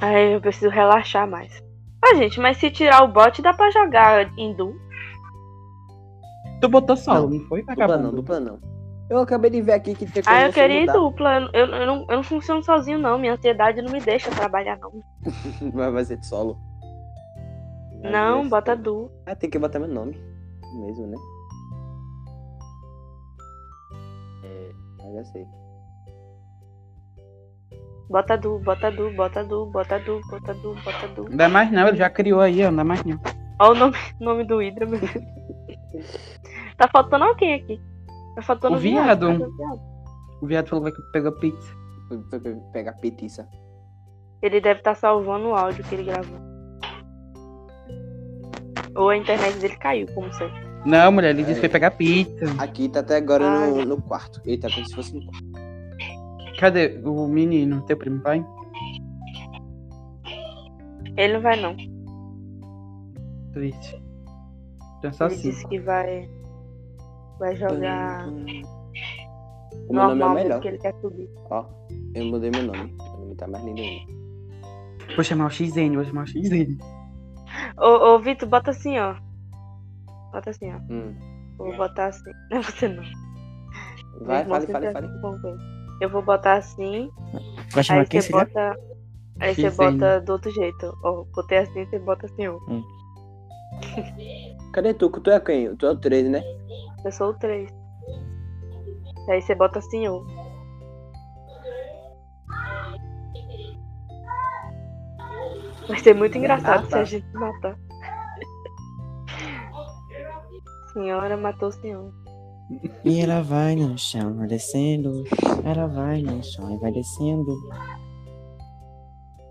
C: Ai, eu preciso relaxar mais. Ah, gente, mas se tirar o bot, dá pra jogar em Doom.
B: Tu botou solo, não, foi?
A: Dupla não,
B: Vagabundo.
A: dupla não. Eu acabei de ver aqui que tem como
C: Ah, eu
A: você
C: queria ir
A: mudar.
C: dupla. Eu, eu- eu não, eu não funciono sozinho, não. Minha ansiedade não me deixa trabalhar, não.
A: Mas vai ser de solo. Às
C: Não,
B: é
A: vezes.
C: bota duo.
A: Ah, tem que botar meu nome. Mesmo, né? É. ah, Já sei.
C: Bota duo, bota duo, bota duo, bota duo, bota duo, bota duo.
B: Não dá mais não, ele já criou aí, ó. Não dá mais não.
C: Olha o nome, nome do Hydra, meu Deus. Tá faltando alguém aqui. Tá faltando
B: O
A: é
B: viado. O viado falou que pegou pizza.
A: Foi, foi, foi pegar petiça.
C: Ele deve estar salvando o áudio que ele gravou. Ou a internet dele caiu, como sempre.
B: Não, mulher, ele disse que foi pegar pizza.
A: Aqui tá até agora
C: Ah,
A: no, no quarto. Ele tá como se fosse no quarto.
B: Cadê o menino, teu primo pai?
C: Ele não vai, não.
B: Triste. Então
A: Tá
B: só
C: ele
B: assim.
C: disse que vai. Vai jogar
A: O meu nome é o
C: normal
A: melhor.
C: mesmo, que ele quer subir.
A: Ó, eu mudei meu nome. Meu nome tá mais lindo ainda.
B: Vou chamar o XN, vou chamar o XN.
C: Ô, ô Vitor, bota assim, ó. Bota assim, ó.
A: Hum.
C: Vou botar assim. Não é você, não.
A: Vai,
C: Meu irmão
A: fale, fale,
C: sempre
A: fale.
C: acompanha. Eu vou botar assim,
F: Vai
C: aí
F: chamar quem
C: você
F: seria?
C: bota. Aí você
B: X
C: bota do outro jeito. Ó, botei assim, você bota assim, ó.
A: Cadê tu? Tu é quem? Tu é o 13, né?
C: Eu sou o 3. Aí você bota assim, ó. Vai ser muito
B: Ah,
C: engraçado
B: tá.
C: se a gente matar. Senhora matou o senhor.
F: E ela vai no chão, vai descendo. Ela vai no chão e vai descendo.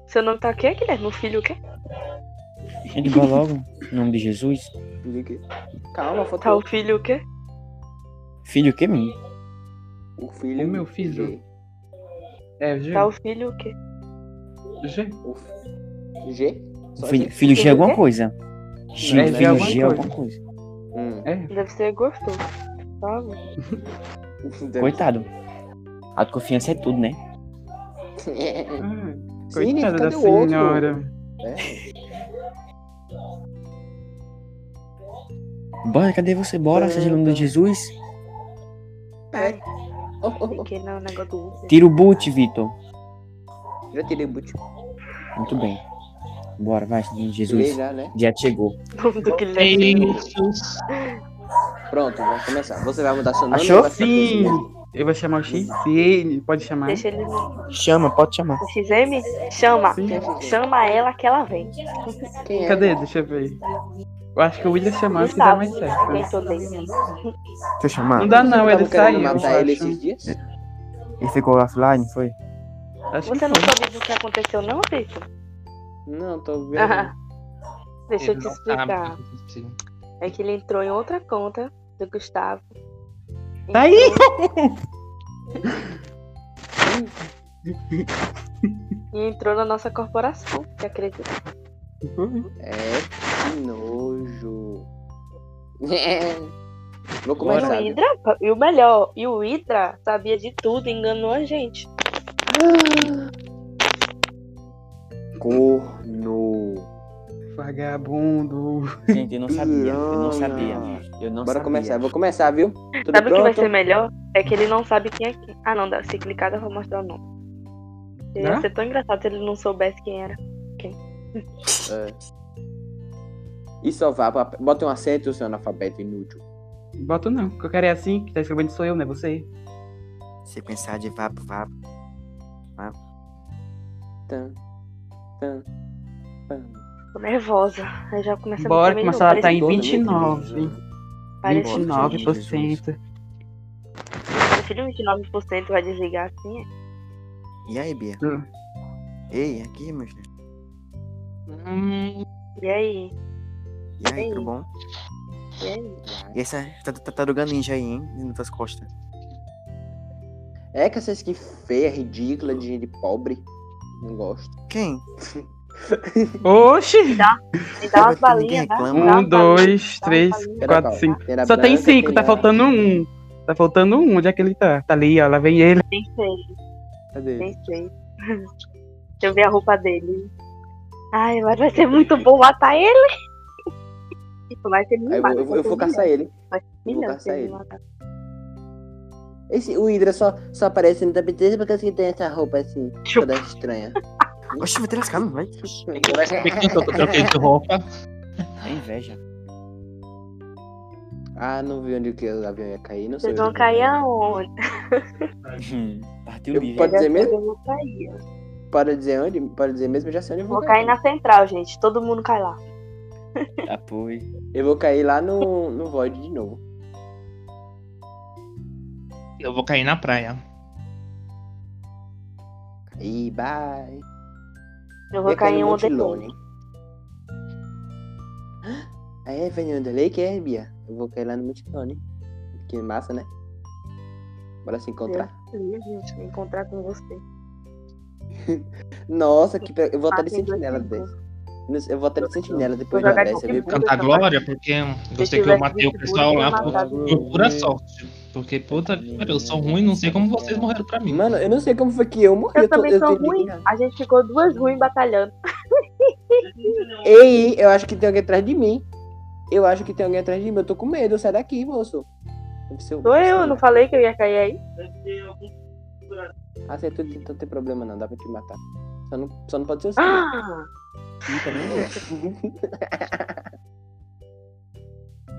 C: Seu nome tá o quê, Guilherme? O filho o quê?
B: Tá
F: Ele vai logo. Em nome de Jesus.
A: Liga aqui. Calma, falta
C: Tá o filho o quê?
F: Filho, que mim?
A: o filho.
B: O meu filho.
A: G.
B: É, G.
C: Tá o filho o quê?
B: G.
A: O f- G? Só
F: Filho,
A: G?
F: filho G
C: Filho
F: é alguma
C: quê?
F: coisa. G,
B: É, G é
F: filho
B: alguma
F: G é
B: coisa.
F: alguma coisa.
A: Hum.
B: é.
C: Deve ser gostoso. Tá, Sabe?
F: Coitado. A confiança é tudo, né?
B: Ah,
A: Sim, né?
B: coitada da
A: cadê o outro?
B: senhora.
A: É.
F: Bora, cadê você? Bora, seja em nome de Jesus.
A: um Oh, oh,
C: Fiquei no é um negócio do Uber.
F: Tira o boot, Vitor.
A: oh. Já tirei o boot.
F: Muito bem. Bora, vai, seja em nome de
A: Tirei
F: Jesus.
A: já, né?
F: Já chegou.
C: O nome do Guilherme.
E: Jesus.
A: Pronto, vamos começar. Você vai mudar seu nome?
F: Achou?
A: ou vai ficar com esse
B: Sim.
A: mesmo?
B: Eu vou chamar o XN. Pode chamar.
C: Deixa ele. O
F: Chama, pode chamar.
C: XM? Chama.
B: Sim.
C: Chama ela que ela vem.
A: Quem é?
B: Cadê? Deixa eu ver. Eu acho que o William chamar
C: Não
B: se dá
C: sabe
B: mais certo. né?
C: quem odeia.
F: Deixa eu chamar.
B: Não
A: Você
B: dá não,
A: tava
B: ele
A: querendo
B: saiu. eu
A: matar ele
B: acho.
A: esses dias?
F: Ele ficou offline, foi?
B: Acho que
C: Você não
B: foi.
C: soube do que aconteceu, não, Vitor?
A: Não, tô vendo.
C: Ah, Deixa eu
E: Ele
C: te
E: não sabe
C: explicar.
E: o que aconteceu.
C: É que ele entrou em outra conta do Gustavo.
B: Tá aí!
C: E entrou na nossa corporação, que acredita.
A: É, que nojo. Vou
C: Mas
A: começar.
C: o Hydra, e o melhor, e o Hydra sabia de tudo, enganou a gente.
A: Corno.
B: Vagabundo.
F: Gente, eu não sabia. Eu não sabia. Eu não
A: Bora
F: sabia.
A: começar, eu vou começar, viu? Tudo
C: Sabe o que vai
A: pronto?
C: ser melhor? É que ele não sabe quem é quem. Ah, não, dá- se clicar dá pra mostrar o nome. Ia
B: Dá?
C: ser tão engraçado se ele não soubesse quem era.
A: É. E só vá pra... Bota um acento, seu analfabeto inútil.
B: Bota não, que eu quero é assim, que tá escrevendo sou eu, não é você.
D: Você pensar de vapo, vapo.
A: Tan, tan, tan.
C: Tô nervosa. Aí já começa
B: Bora,
C: a me tremer
B: que
C: de
B: a
C: novo.
B: Marcela tá em
A: Todo mundo
B: 29.
A: tem.
C: Parece,
D: Bora, gente,
B: 29%.
C: parece filho 29% vai desligar assim. é?
D: E aí, Bia?
B: Hum.
D: Ei, aqui, meu filho.
B: Hum,
C: é. E aí?
D: E aí,
C: Ei.
D: tudo bom?
C: E aí?
D: E essa tá- tá- tartaruga ninja aí, hein? Nas tuas costas.
A: É que essa skin feia, ridícula, de gente pobre. Não gosto.
D: Quem?
B: Oxi!
C: Me dá umas
D: Ninguém
C: balinhas, tá?
D: reclama.
C: Me dá umas
B: Um, dois,
C: balinhas, dá umas
B: três,
C: balinhas.
A: Era
B: quatro,
A: qual?
B: cinco.
A: Era
B: Só tem
A: branca,
B: cinco, tá
A: tem
B: faltando um. Tá faltando um, onde é que ele tá? Tá ali, ó, lá vem ele.
C: Tem seis,
A: a- Cadê?
C: tem seis. Deixa eu ver a roupa dele. Ai, mas vai ser muito bom matar ele. Tipo, vai ser
A: Aí eu, vou- eu, vou- eu vou caçar ele. eu vou caçar ele. Esse, o Hydra só, só aparece no tapete porque assim tem essa roupa assim, toda estranha.
D: Oxe, vai ter lascado, não vai?
E: Por que que eu tô trocando de roupa?
D: É inveja.
A: ah, não vi onde que o avião ia cair, não sei.
C: Vocês
A: onde
C: vão
A: que vai
C: cair aonde?
F: Partiu
A: Eu-
F: livre.
A: pode- dizer
C: Eu
A: mesmo?
C: vou cair.
A: Para dizer onde, para dizer mesmo, eu já sei onde eu vou,
C: Vou cair na central, gente. Todo mundo cai lá.
F: Apoio.
A: Eu vou cair lá no, no Void de novo.
E: Eu vou cair na praia.
A: E bye.
C: Eu vou
A: Ia
C: cair em
A: no
C: um
A: Monte
C: depois.
A: Lone. Ah, É, Fernando, lei que é, Bia. Eu vou cair lá no Multilone. Que massa, né? Bora se encontrar.
C: Ih, gente, vou encontrar com você.
A: Nossa, que pe- eu vou estar de
C: Passem Ah, dois
A: sentinela.
C: minutos.
A: desse. Não- Eu vou estar de sentinela depois
C: Vou
A: da
C: jogar
A: dessa,
C: com
A: viu?
C: quem?
E: Cantar glória, porque eu sei que eu matei o pessoal lá por, por pura sorte. Porque, puta, cara, eu sou ruim, não sei como vocês morreram pra mim.
A: Mano, eu não sei como foi que eu morri.
C: Eu,
A: tô-
C: também sou
A: tô
C: ruim.
A: indignado.
C: A gente ficou duas ruins batalhando.
A: Ei, eu acho que tem alguém atrás de mim. Eu acho que tem alguém atrás de mim. Eu tô com medo. Sai daqui, moço. Deve ser o-
C: Sou eu, não falei que eu ia cair aí.
A: Ah, você é tudo, então não tem problema não. Dá pra te matar. Só não, só não pode ser assim né? o seu.
C: Ah,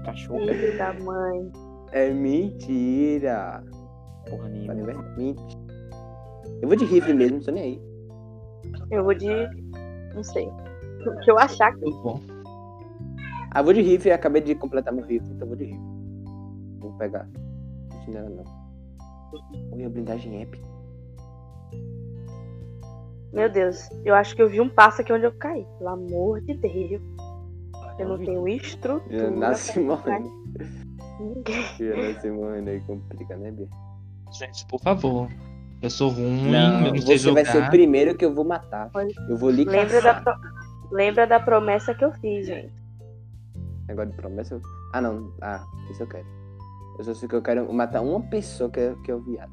F: Cachorro.
C: filho da mãe.
A: É mentira.
F: Porra
A: Falei,
F: nenhuma.
A: velho, Mentira. Eu vou de rifle mesmo, não tô nem aí.
C: Eu vou de. Não sei. O que eu achar que.
E: Muito bom.
A: Ah, vou de rifle. Acabei de completar meu rifle, então vou de rifle. Vou pegar. Não tinha nada, não. Olha a blindagem é épica.
C: Meu Deus, eu acho que eu vi um passo aqui onde eu caí. Pelo amor de Deus. Eu não tenho
A: Já
C: estrutura.
A: É, nasce
C: pra
A: morrendo.
C: matar ninguém.
A: Já nasce morrendo aí, complica, né, Bia?
E: Gente, por favor. Eu sou ruim, eu
A: Não,
E: não sei
A: você vai
E: jogar.
A: ser o primeiro que eu vou matar.
C: Olha.
A: Eu vou lhe
C: Lembra da,
A: caçar.
C: pro- Lembra da promessa que eu fiz, gente.
A: Negócio de promessa. eu- Ah, não. Ah, isso eu quero. Eu só sei que eu quero matar uma pessoa que é, que é o viado.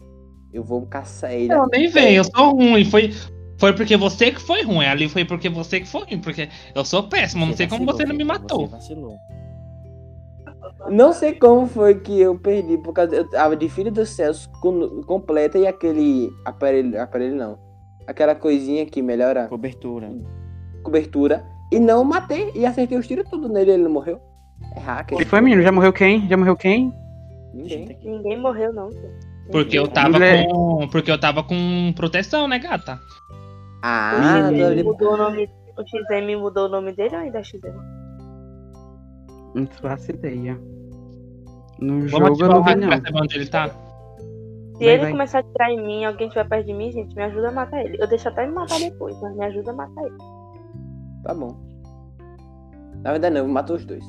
A: Eu vou caçar ele.
E: Não, nem vem, eu sou ruim. Foi, foi porque você que foi ruim. Ali foi porque você que foi ruim. Porque eu sou péssimo, não sei como você não me matou.
F: Você vacilou.
A: Não sei como foi que eu perdi, por causa. Eu tava de filho dos céus com- completa e aquele aparelho. Aparelho não. Aquela coisinha que melhora
F: Cobertura.
A: a cobertura. E não matei. E acertei os tiros tudo nele, ele não morreu. É hacker.
B: Que foi, menino? Já morreu quem? Já morreu quem?
A: Ninguém.
C: Ninguém morreu, não. gente.
E: Porque eu tava com. Porque eu tava com proteção, né, gata?
A: Ah,
B: Ih,
A: tô ali-
C: Mudou o nome. O XM mudou o nome dele ou ainda é XM?
B: Não faço ideia. No
E: Vamos
B: jogo eu
E: ativar o
B: não vi,
E: hack pra
B: não.
E: saber onde ele tá.
C: Se
B: Vai,
C: ele
B: vai.
C: começar a tirar em mim, alguém tiver perto de mim, gente, me ajuda a matar ele. Eu deixo até ele matar depois, mas me ajuda a matar ele.
A: Tá bom. Na verdade, não, eu matou os dois.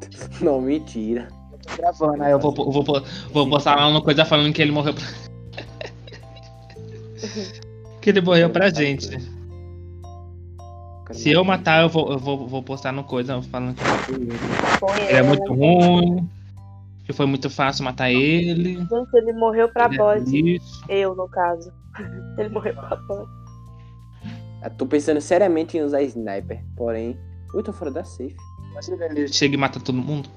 A: Não, mentira.
E: Gravando, aí eu vou, vou, vou, vou postar lá uma coisa falando que ele morreu pra. que ele morreu pra gente. Se eu matar, eu vou, eu vou, vou postar no coisa falando que
C: Põe
E: ele é muito ruim. Que foi muito fácil matar ele.
C: Gente, ele morreu pra
E: ele é
C: boss.
E: lixo.
C: Eu, no caso. Ele morreu pra boss.
A: Eu tô pensando seriamente em usar sniper, porém. Eu tô fora da safe.
E: Ele chega e mata todo mundo.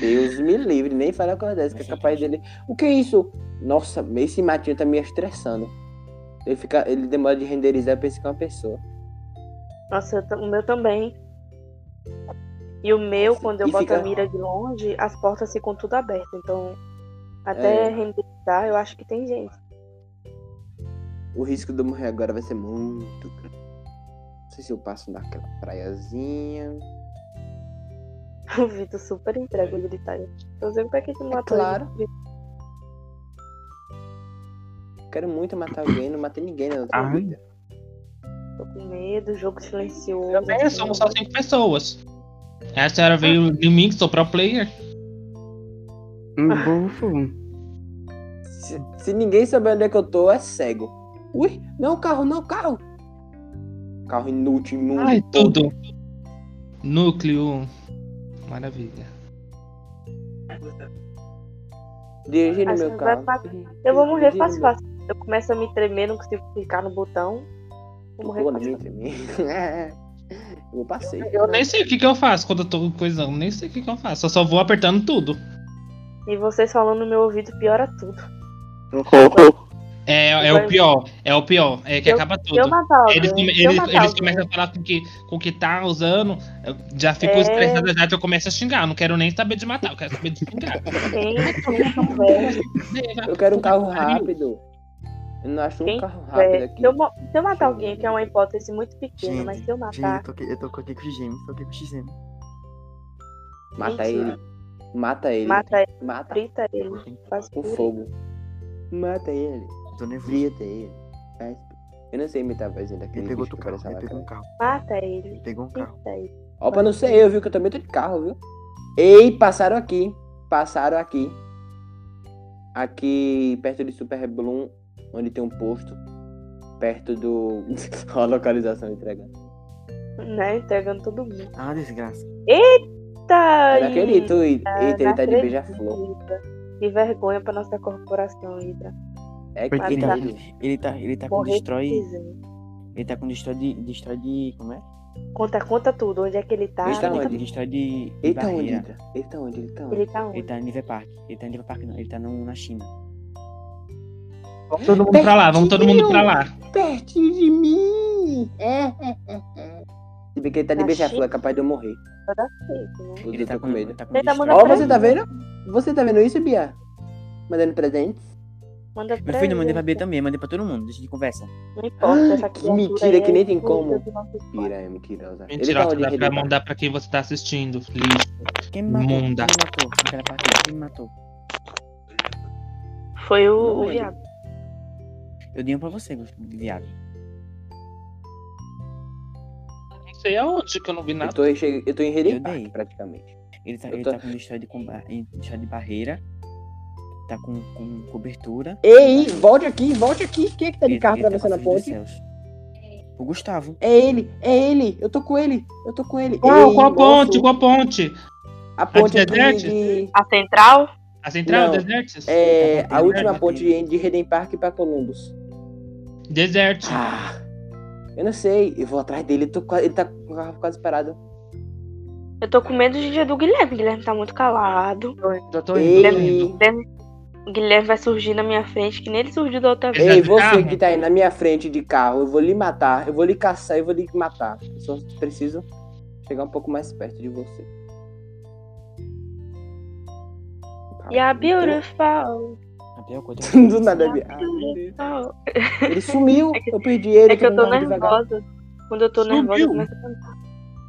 A: Deus me livre, nem fala com dessa, que é capaz dele. O que é isso? Nossa, esse matinho tá me estressando. Ele, fica, ele demora de renderizar, pensa que é uma pessoa.
C: Nossa, eu ta- o meu também. E o meu, quando eu
A: E
C: boto
A: fica-
C: a mira de longe, as portas ficam tudo abertas. Então, até
A: É.
C: renderizar, eu acho que tem gente.
A: O risco de eu morrer agora vai ser muito grande. Não sei se eu passo naquela praiazinha.
C: O Vitor super entrega o gritário. Eu sei pra que tu não
A: É
C: matou
A: claro.
C: ele. Vitor.
A: Quero muito matar alguém, não matei ninguém na outra
B: Ai.
A: vida.
C: Tô com medo, jogo silencioso. assim,
E: Também somos só assim cinco pessoas. A senhora
C: Ah.
E: veio de mim, que sou pro player.
B: Um bufo.
A: Se, se ninguém souber onde é que eu tô, é cego. Ui, não, carro, não, carro. Carro inútil, imundo.
E: Ai,
A: todo.
E: tudo. Núcleo. um. Maravilha.
A: Dirigindo
C: Acho
A: meu
C: que
A: carro.
C: assim, vai Eu vou morrer
A: Dirigindo
C: fácil,
A: meu-
C: fácil. Eu começo a me tremer, não consigo clicar no botão. Vou morrer
A: Quando
C: fácil.
A: me tremi. eu passei.
E: Eu nem sei o que, que eu faço quando eu tô coisando. Nem sei o que, que eu faço. Eu só vou apertando tudo.
C: E vocês falando no meu ouvido piora tudo.
E: É, é o pior. É o pior. É que
C: Eu-
E: acaba
C: Se eu
E: tudo.
C: matar alguém,
E: Eles, come-
C: se eu
E: eles-
C: matar
E: eles
C: alguém,
E: começam a falar com que, o que tá usando. eu já fico
C: É.
E: estressada já, eu começo a xingar. Eu Não quero nem saber de matar, eu quero saber de xingar.
C: quem, quem tiver
A: Eu quero um carro rápido. Eu não acho um
C: Quem
A: carro
C: É,
A: rápido aqui.
C: se, eu, mo- se eu matar alguém, que é uma hipótese muito pequena,
D: Gente,
C: mas se eu
D: Gente,
C: matar.
D: eu tô, aqui, eu tô aqui com o Gêmeos, tô aqui com o Gêmeos.
A: Mata
C: Gente.
A: ele. Mata ele. Mata.
C: Mata ele, frita ele, faz
A: Com
C: purê.
A: fogo. Mata ele.
D: Tô um nervoso.
A: Frita ele. Faz- Eu não sei imitar a vozinha daquele
D: Ele pegou
A: bicho
D: outro
A: que
D: carro,
A: parece
D: ele pegou um
A: uma
D: carro,
C: Mata ele,
D: ele pegou um carro.
C: frita ele.
A: Ó, pra não ser eu, viu? Que eu também tô de carro, viu? Ei, passaram aqui. Passaram aqui. Aqui, perto de Super Bloom, onde tem um posto. Perto do. Ó, a localização entregando.
C: Né? Entregando todo mundo.
D: Ah, desgraça.
C: Tá
A: Eu não acredito. E-
C: Ida,
A: Eita, ele
C: é, não
A: tá de
C: acredito,
A: beija-flor.
C: Ida. Que vergonha pra nossa corporação, Ida.
A: É
D: Porque ele, tá,
A: claro.
D: ele, ele tá, ele
A: É
D: tá com
C: Morrer
D: destrói.
C: dizendo.
D: Ele tá com destrói de. Destrói de. Como é?
C: Conta, conta tudo, onde é que ele tá.
A: Ele tá
D: Ele tá
A: onde?
D: com destrói de. de
A: Ele tá onde?
D: barreira.
A: Ida? Ele tá onde? Ele tá onde?
C: Ele tá onde?
D: Ele tá em Liver Park. Ele tá em Liver Park, não. Ele tá no- na China.
E: Vamos todo mundo pra lá, vamos todo mundo pra lá.
A: Pertinho de mim! É, é, é, é. Se bem que ele tá de
C: Tá
A: beija-flor,
C: chique.
A: é capaz de eu morrer.
C: Isso, né?
A: Eu tô com medo.
D: tá com
C: Ele tá
D: destrói-
A: Ó,
C: mandando pra
A: você tá vendo? Você tá vendo isso, Bia? Mandando presentes?
C: Manda pra
D: Meu filho,
C: ele,
D: eu mandei pra B
C: Ida.
D: também, mandei pra todo mundo, deixa de conversa.
C: Não importa, essa
A: Que
C: criatura
A: mentira,
C: aí
A: que nem
C: é
A: tem como.
C: fruto do nosso esforço.
A: Mentira, é mentirosa.
E: Mentirosa,
A: ele tá
E: dá
A: onde?
E: pra
A: Ele tá-
E: mandar pra quem você tá assistindo. Lixo.
D: Quem me matou?
E: Imunda.
D: Quem me matou? Naquela partida, quem me matou?
C: Foi
A: Não
C: o, o
A: lembro.
C: viado.
D: Eu dei um pra você, viado.
E: Não sei aonde que eu não vi
A: Eu
E: nada.
A: tô, em che- eu tô em Rede
D: Eu dei.
A: Park, praticamente.
D: Ele tá,
A: Eu
D: ele
A: tô-
D: tá com destrói de, comba- em- destrói de barreira. Tá com, com cobertura.
A: Ei, volte aqui, volte aqui. Quem é que tá de
D: Ele-
A: carro
D: ele tá
A: atravessando a
D: com Filho dos
A: ponte?
D: Céus. O Gustavo.
A: É ele, é ele. Eu tô com ele, eu tô com ele.
E: Qual,
A: Ei,
E: qual ponte?
A: moço,
E: Qual ponte?
A: A ponte
E: A
A: aqui
E: de Desert?
A: de...
C: A central?
E: A central?
A: Não.
E: Desertes?
A: É,
D: Tá
A: a
D: bom,
A: última
D: né?
A: ponte de de Reden Park pra Columbus.
E: Deserte.
A: Ah, eu não sei. Eu vou atrás dele. eu tô qua- ele tá com o carro quase parado.
C: Eu tô com medo de dia do Guilherme. O Guilherme tá muito calado.
D: Tô,
A: Ei,
C: O Guilherme vai surgir na minha frente, que nem ele surgiu da outra vez.
A: ei,
E: Exato,
A: você
E: carro.
A: que tá aí na minha frente de carro, eu vou lhe matar, eu vou lhe caçar, eu vou lhe matar. Eu só preciso chegar um pouco mais perto de você.
C: Yeah, beautiful.
D: A pior coisa
A: Do nada, Bia. Ah,
C: Oh,
A: Ele sumiu, eu perdi ele.
C: É que eu tô
A: andando devagar.
C: nervosa. Quando eu tô
E: Sumiu.
C: nervosa, eu começo a cantar.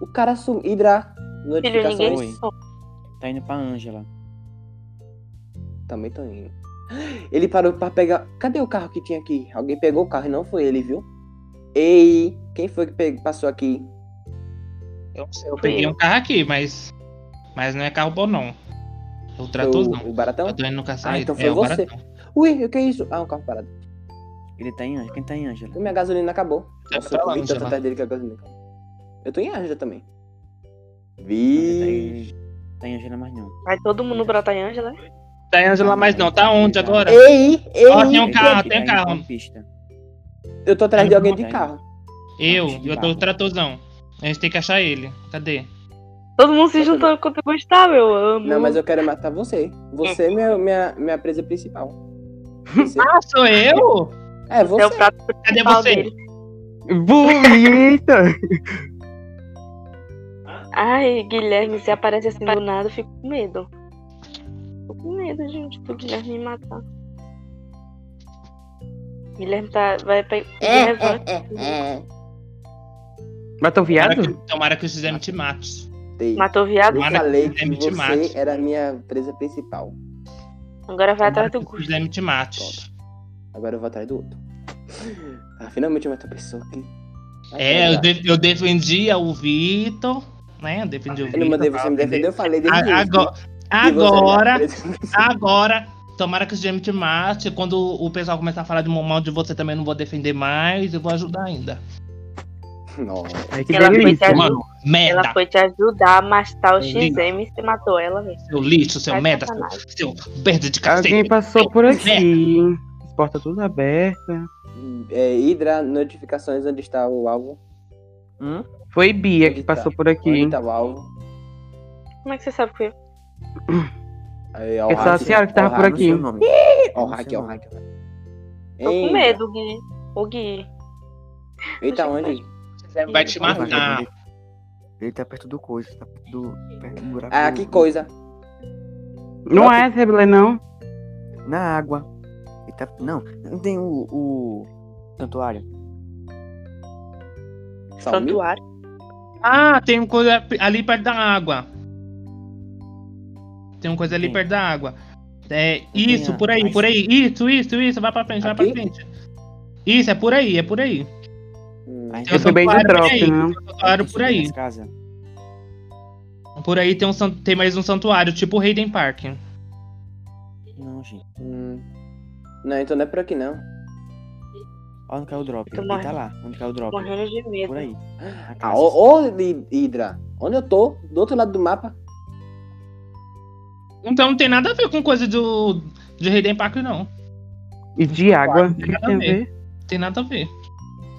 A: O cara sumiu. Hidra,
C: Filho, ninguém
A: notificações.
D: Oi.
C: some.
D: tá indo pra Ângela.
A: Também tô indo. Ele parou pra pegar. Cadê o carro que tinha aqui? Alguém pegou o carro e não foi ele, viu? Ei, quem foi que pe- passou aqui?
E: Eu não sei, eu peguei um carro aqui, mas. Mas não é carro bom, não. Eu trato
A: Foi
E: não.
A: o, o baratão?
E: Eu tô indo no caçar.
A: Ah, então foi
E: é, o
A: você.
E: baratão.
A: Ui, o que é isso? Ah, um carro parado.
D: Ele tá em Ângela. Quem tá em Ângela?
A: Minha gasolina acabou.
E: Tá
A: Nossa,
E: pra
A: eu
E: lá,
A: corri tanto
E: Angela.
A: atrás dele que a gasolina acabou. Eu tô em Anja também.
D: Ele tá
A: Vi.
D: em- Tá em Ângela, mas não.
C: Vai todo mundo pra Ângela?
E: Tá em Angela, mas não. Tá onde agora?
A: Ei, ei,
E: Ó, tem um
D: Ele
E: carro,
D: tá- ele
E: tem
D: tá indo
E: carro.
D: pra pista.
A: eu tô atrás de alguém de
D: Tá em-
A: carro.
E: Eu,
D: Tá de
E: eu tô
D: barro.
E: tratozão. A gente tem que achar ele. Cadê?
C: Todo mundo se juntando contra o Gustavo, eu amo.
A: Não, mas é eu quero matar você. Você é minha, minha, minha presa principal. Você-
E: Ah, sou eu?
A: É,
C: Você é o
A: você.
C: prato
E: Cadê
C: principal
E: você?
C: dele.
B: Bonita!
C: Ai, Guilherme, se aparece assim do nada, eu fico com medo. Tô com medo, gente, do Guilherme me matar. Guilherme tá. Vai pra. Guilherme vai-
B: Matou
E: Tomara
B: viado?
E: que, tomara que o Xizeme te mate.
A: Dei.
C: Matou o viado?
A: Eu
E: Tomara
A: falei
E: que
A: que
E: ele te mate.
A: você era a minha presa principal.
C: Agora vai atrás
E: Tomara
C: do
E: que o
C: Gusto.
E: Xizeme te mate.
A: Agora eu vou atrás do outro. Ah, finalmente uma outra pessoa que. vai
E: É, eu,
A: ajudar.
E: de, eu defendia o Vitor, né? Eu defendi o
A: Eu
E: Vitor.
A: não mandei você me
E: tava-
A: defender, eu falei desde o
E: um A-
A: início. que você né? era
E: Agora,
A: a minha
E: agora,
A: presa
E: agora, tomara que o Xizeme te mate. Quando o pessoal começar a falar de mal de você, também não vou defender mais. Eu vou ajudar ainda.
A: Nossa,
B: Ai, que
C: Ela foi
B: delícia.
C: Quero-
E: Mano, merda.
C: Ela foi te ajudar a mastar o
E: Lindo.
C: XM e você matou ela, velho.
E: Seu lixo, seu
C: Vai
E: merda,
C: sacanagem.
E: seu, seu merda de
B: Alguém
E: cacete.
B: passou por aqui. As portas tudo abertas.
A: é, Hydra, notificações, onde está o alvo?
F: Hum?
B: Foi Bia que passou por aqui.
A: Onde está o alvo?
C: Como é que você sabe que foi? eu?
A: Aí, ó, o
B: Porque É só a
A: hack,
B: senhora que tá
A: ó,
E: Tá
B: tava
A: o
D: Ah,
A: hack,
B: por
F: Não sei
B: aqui.
F: o nome.
A: Ó, o
F: Não sei
A: hack,
F: o
A: ó, o
F: nome.
A: hack.
C: Tô com
A: Ei,
C: medo, Gui. Ô, Gui.
A: Ele tá onde?
E: Vai te matar.
F: Ele tá perto do coisa, tá perto do, perto do buraco.
A: Ah, que coisa.
B: Não é, Sebelê, não.
F: Na água. Ele tá... Não, não tem o, o santuário.
A: Salmiu?
C: Santuário.
E: Ah, tem uma coisa ali perto da água. Tem uma coisa ali
F: Sim.
E: perto da água. É,
F: Tem
E: isso,
F: a-
E: por aí,
F: mais-
E: por aí. Isso, isso, isso. Vai pra frente, vai pra
A: Aqui?
E: frente. Isso, é por aí, é por aí.
A: Hum,
F: Aí
E: Tem um
B: Eu tô bem de
E: santuário por
B: drop,
E: aí,
B: né?
E: tem um santuário por aí.
F: Casa.
E: Por aí tem, um, san- tem mais um santuário, tipo o Hayden Park.
F: Não, gente.
A: hum. Não, então não é por aqui não.
F: Olha onde caiu o drop.
C: Tô
F: Ele
C: morrendo.
F: tá lá, onde caiu o drop.
C: Morrendo de medo.
F: Por aí. A
A: Ah,
F: casa.
A: ô, ô, Li- Hydra, onde eu tô? Do outro lado do mapa.
E: Então não tem nada a ver com coisa do, de Hayden Park, não.
B: E de água. O
E: tem
B: que
E: nada
B: tem a
E: a ver.
B: ver?
E: Tem nada a ver.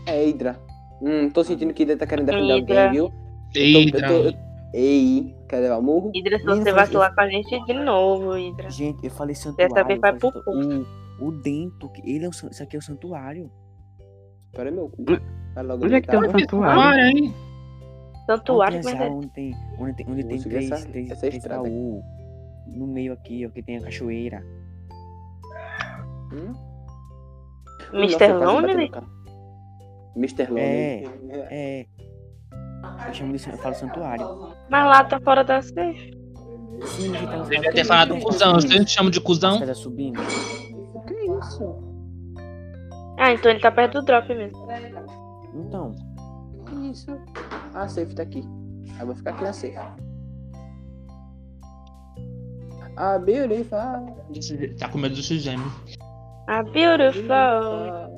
A: É, Hydra. Hum, tô sentindo que Hydra tá querendo defender
C: Hydra.
A: alguém, viu? Eu tô-
E: Eita.
A: eu tô- eu- Ei, quer levar murro?
C: Hidra, se
F: Menina,
C: você
F: eu-
C: vacilar com a gente de novo, Hidra.
F: Gente, eu falei santuário.
C: vez vai
F: eu
C: pro
F: falei santu- O, o dento, que ele é o, san- isso aqui é o santuário.
A: Espera é meu cu. Vai logo
B: Onde é que
A: deitar.
B: tem um santuário?
E: Para aí.
C: Santuário,
A: um
F: Onde tem
C: mas
F: essa-
C: é
F: onde tem, onde tem, onde
A: Vou
F: tem
A: seguir
F: três,
A: essa-
F: três,
A: essa
F: três
A: estrada aqui.
F: baú. No meio aqui, ó, que tem a cachoeira.
A: Hum?
C: Mr.
A: Nossa, quase
C: Lone,
A: bateu
C: né?
A: no carro. Mr. Lone. né?
F: É. É. Eu chamo de san- eu falo santuário.
C: Mas lá tá fora da safe.
F: Sim, que tá
E: Você devia ter falado cuzão. Eu sempre te chamo de cuzão.
F: Tá subindo.
A: Que isso?
C: Ah, então ele tá perto do drop mesmo.
F: Então,
A: Que isso? Ah, a safe tá aqui. Aí eu vou ficar aqui na safe. Ah, beautiful.
E: Tá com medo do Xigeme.
C: Ah, beautiful.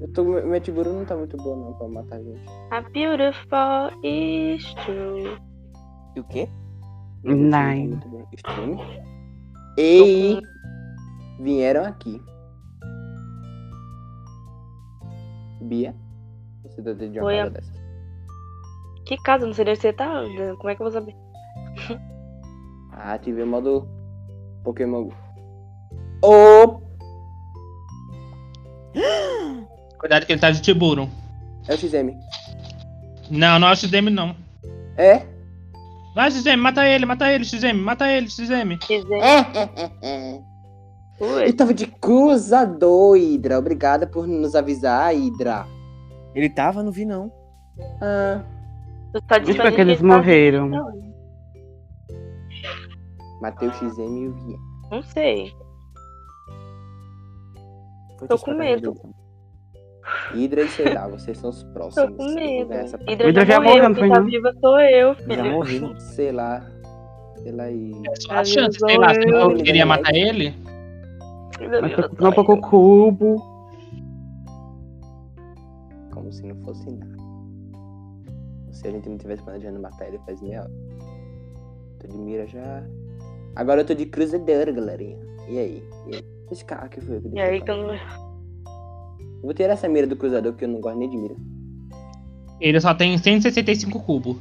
A: Eu tô, meu tiburu não tá muito bom não pra matar gente.
C: Ah, beautiful is true.
F: e o quê?
A: Meu tiburu não tá
B: Nine.
A: muito bom. Estranho. Ei, vieram aqui. Bia, você tá dentro de uma
C: Oi,
A: casa
C: am-
A: dessa.
C: Que casa, não sei nem onde você tá. né? Como é que eu vou saber?
A: Ah, ativei o modo Pokémon Go. Ô,
E: Cuidado que ele tá de Tiburo.
A: é o XM.
E: Não, não é o Xizeme, não.
A: É?
E: Vai, XM, mata ele, mata ele, XM, mata ele, XM.
C: Quiser.
A: É.
C: Ui.
A: Ele tava de cruzador, Hydra. Obrigada por nos avisar, Hydra.
F: Ele tava, não vi não.
A: Ah,
C: Tu tá
B: Isso é
C: desfazendo
B: que eles
C: de-
B: morreram.
A: matei o XM e o Via.
C: Não sei.
F: Foi
C: Tô
F: tu
C: com
F: escutar
C: medo.
F: ele, então.
A: Hidra e Será, vocês são os próximos.
C: Tô com
A: que vão
C: medo.
A: ganhar essa
C: Hidra
B: Hidra já
C: já
B: morreu,
C: morreu.
B: não foi
C: Quem tá
B: não?
C: viva sou eu,
F: Já
C: filho.
F: morri, não.
A: partida. Sei lá. Sei lá e.
E: É só a
C: Avisou
E: chance, sei lá, se
A: eu.
E: não queria matar ele.
C: Hidra
B: Mas
C: viva sou
B: não pouco
C: eu.
B: cubo.
A: Como se não fosse nada. Se a gente não tivesse planejando matar ele faz meia hora. Tô de mira já. Agora eu tô de cruzador, galerinha. E aí? E aí? Esse cara que foi. eu que
C: E
A: deixei
C: aí, então?
A: pra
C: quando...
A: ele. Vou tirar essa mira do cruzador que eu não gosto nem de mira.
E: Ele só tem 165 cubos.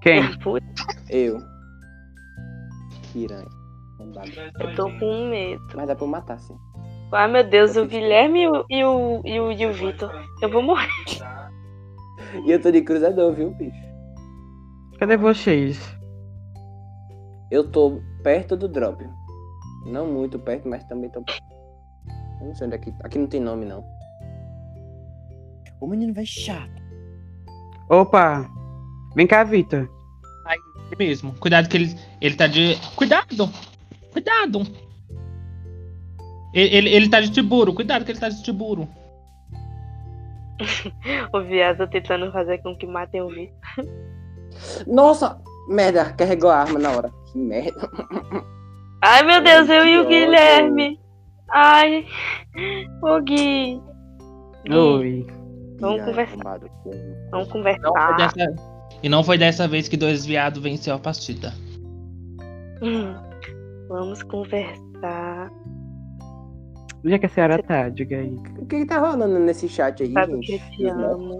B: Quem?
C: Putz,
A: Eu. Piranha. Bombado.
C: eu tô com medo.
A: Mas dá pra eu matar, sim.
C: Ai, Ah, meu Deus, o Guilherme e o, e o, e o, e o Vitor. Eu vou morrer.
A: E eu tô de cruzador, viu, bicho?
B: Cadê vocês?
A: Eu tô perto do drop. Não muito perto, mas também tô perto. Eu não sei onde é que. Aqui não tem nome, não.
F: O menino vai chato.
B: Opa! Vem cá, Vitor.
E: É mesmo. Cuidado que ele, ele tá de. Cuidado! Cuidado! Ele, ele, ele tá de Tiburo, cuidado que ele tá de Tiburo.
C: O viado tentando fazer com que matem o Vitor.
A: Nossa! Merda, carregou a arma na hora. Que merda.
C: Ai, meu Deus, eu e o
A: Idiota.
C: Guilherme. Ai, o Gui. Gui,
B: Oi.
C: Vamos
A: Ih,
C: conversar.
A: arrombado, com-
C: Vamos
E: Não foi
C: conversar.
E: dessa- E não foi dessa vez que dois viados venceu a partida.
C: Hum, Vamos conversar.
B: Onde é que a senhora tá? Diga aí.
A: O que que tá rolando nesse chat aí,
C: Sabe que
A: gente?
C: eu te amo.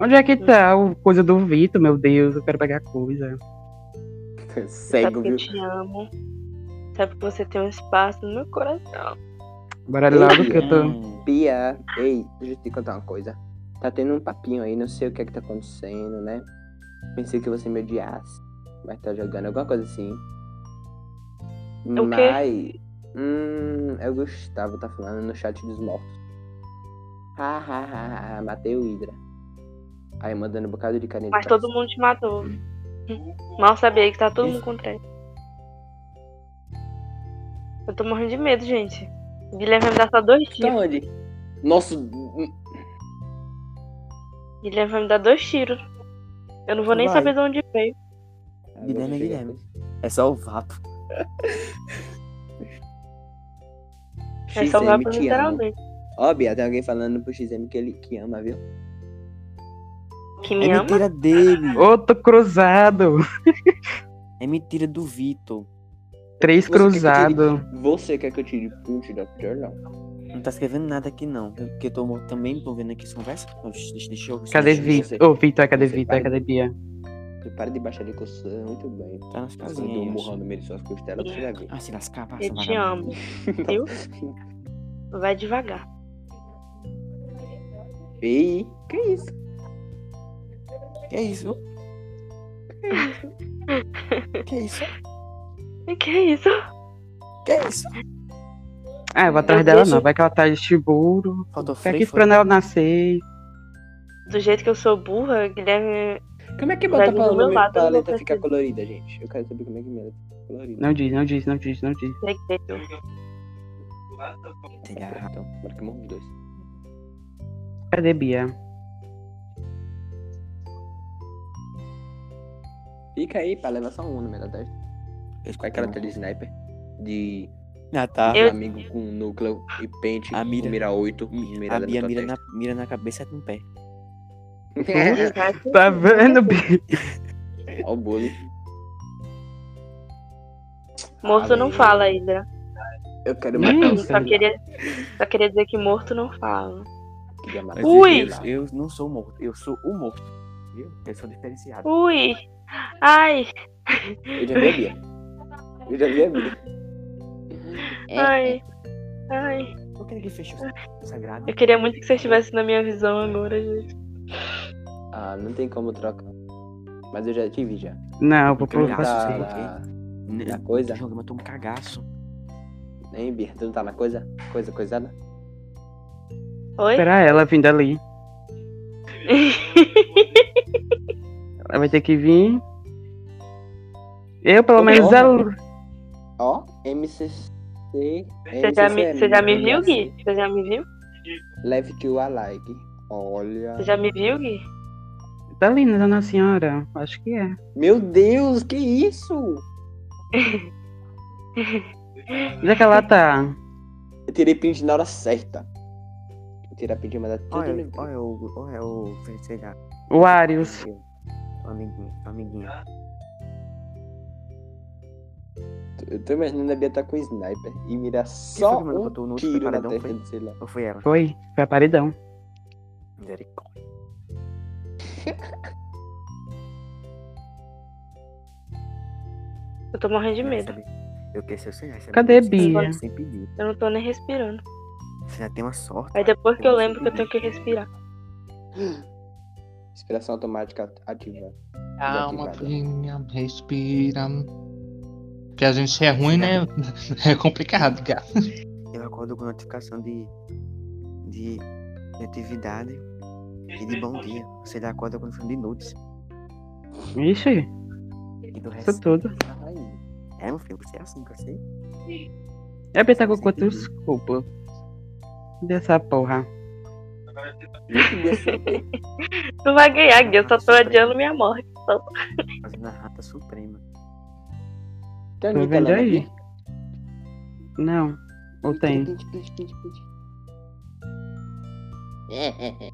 B: Onde é que tá o coisa do Vitor, meu Deus? Eu quero pegar coisa.
A: Cego,
C: Sabe que eu
A: viu?
C: te amo. Sabe que você tem um espaço no meu coração.
B: Bora logo que eu tô.
F: Ah,
A: Pia, ei, deixa eu te contar uma coisa. Tá tendo um papinho aí, não sei o que é que tá acontecendo, né? Pensei que você me odiasse, mas tá jogando alguma coisa assim.
C: É O quê?
A: Mas. Hum, é o Gustavo, tá falando no chat dos mortos. Ha, ha, ha, ha, ha, matei o Hydra. Aí mandando um bocado de caneta.
C: Mas
A: pra
C: todo mundo te matou. Mal sabia que tá todo mundo contra ele. Eu tô morrendo de medo, gente. O Guilherme vai me dar só dois
A: Tá
C: tiros.
A: onde? Nossa, hum,
C: O Guilherme vai me dar dois tiros. Eu não vou nem
F: Vai.
C: saber de onde veio.
F: Guilherme é
A: Chega.
F: Guilherme. É só o vapo.
C: É só
A: XM
C: vai pra
A: te ama.
C: literalmente.
A: Ó, Bia, tem alguém falando pro XM que ele que ama, viu?
C: Que
F: É
C: me ama?
F: mentira dele.
B: Outro cruzado.
F: É mentira do Vitor.
B: Três
A: Você quer que eu
B: cruzados.
A: Você quer que eu tire print da Peter? Não.
F: Não tá escrevendo nada aqui não. Porque eu tô, também tô vendo aqui essa conversa. Oxe, Deixa, deixa eu.
B: Cadê
F: deixa eu-
A: você.
B: Vitor? Ô, Vitor, cadê
A: Você
B: Vitor?
A: vai.
B: Cadê Bia?
A: Você para de baixar de coçando muito bem.
F: Tá nas
A: Fazendo
F: casinhas
A: um
F: aí.
A: murrão
F: oxe.
A: no meio de suas costelas, você já vê.
F: Ah, se lascar, passa
C: Eu te amo.
A: Tá
C: Viu?
F: vagabundo.
C: Vai devagar.
A: Ei, que isso?
F: Que isso? Que isso?
C: E que é isso?
F: Que isso?
B: Ah, eu vou atrás
C: Eu
B: dela
C: deixo-
B: não. Vai que ela tá de chiburo.
F: Faltou
C: Tá
B: Fica
F: freio.
B: aqui
F: foi?
B: esperando ela nascer.
C: Do jeito que eu sou burra, Guilherme.
A: Como é que bota
C: Vai vir do
A: pra
C: meu
A: minha
C: lado, eu não vou
A: paleta
C: perceber.
A: ficar colorida, gente? Eu quero saber como é que minha letra fica colorida.
B: Não diz, não diz, não diz, não diz.
C: segredo.
F: Tem garra-
A: Então, marca os dois.
B: Cadê Bia?
A: Fica aí pra levar só um no meio da é testa.
F: é
A: Com aquela tela de sniper. De um
F: Ah, tá.
C: Eu-
A: amigo com núcleo e pente.
F: A mira.
A: com mira 8.
F: A
A: Mira
F: Bia mira na, mira na cabeça e no pé.
C: É.
B: Tá vendo, Bia?
A: Ó o bolo.
C: Morto não
A: Amém.
C: fala, Hidra.
A: Eu quero
B: Hum,
A: matar
C: Eu
A: o
C: Só
B: Nossa.
C: queria, só queria dizer que morto não fala.
A: Queria matar
F: Mas
A: o
C: Ui!
A: Sei lá.
F: Eu, eu não sou morto, eu sou o morto. viu? Eu sou diferenciado.
C: Ui! Ai!
A: Eu já vi a Bia. Eu já vi a Bia. É.
C: Ai! Ai!
F: Por que ele fechou o sagrado?
C: Eu queria muito que você estivesse na minha visão agora, gente.
A: Ah, não tem como trocar. Mas eu já te vi já.
B: Não, vou
F: Cagaço,
B: provar.
A: tá
F: sei lá.
A: na...
F: Né,
A: da coisa.
F: Jogo, mas eu tô um cagaço.
A: Hein, Bia? Tu não tá na coisa? Coisa coisada?
C: Oi?
B: Espera ela vindo ali. Ela vai ter que vir. Eu, pelo
A: Ô,
B: menos,
A: Bia.
B: ela...
A: Ó, MCC.
C: Você já, me, você já me viu, Gui?
A: MCC.
C: Você já me viu?
A: Left to a like. Olha.
C: Você já me viu, Gui?
B: tá linda, Dona Senhora. Acho que é.
A: Meu Deus, que isso?
B: Onde é que ela tá?
A: Eu tirei print na hora certa. Eu tirei a print e mandar tudo
F: Olha,
A: no
F: olha o. Olha o. Sei lá,
B: O Arius.
F: o amiguinho. o amiguinho.
A: Eu tô imaginando a Bia tá com sniper e mira só
F: foi que mandou
A: um
F: pra tu no último
A: tiro na
F: paredão,
A: testa
F: foi?
A: do sei lá.
F: Ou foi ela?
B: Foi. Foi a paredão.
F: Misericórdia.
C: Eu tô morrendo de medo.
F: Eu queria ser o senhor. sabe?
B: Cadê
F: Sem-
B: Bia?
F: Sem pedir.
C: Eu não tô nem respirando.
F: Você já tem uma sorte.
C: Aí depois que eu lembro que eu tenho que respirar.
A: Respiração automática ativa.
E: Calma,
A: Desativada.
E: filha, respira. Que a gente é ruim, né? É complicado, cara.
F: Eu acordo com notificação de, de, de atividade e de bom dia. Você já acorda com notificação de nudes
B: Ixi,
F: e
B: isso
F: do resto.
B: tudo.
A: Ai,
F: É, meu filho, você é assim, você?
B: É pensar com quanto desculpa. Dessa porra.
C: Tu vai ganhar, Gui. Eu só tô adiando minha morte.
F: Fazendo a rata suprema.
A: Tem
B: Tô
A: alguém
B: vendo
A: telando
B: aí.
A: aqui?
B: Não, ou tem.
A: Pinte, pinte, pinte, pinte.
B: É,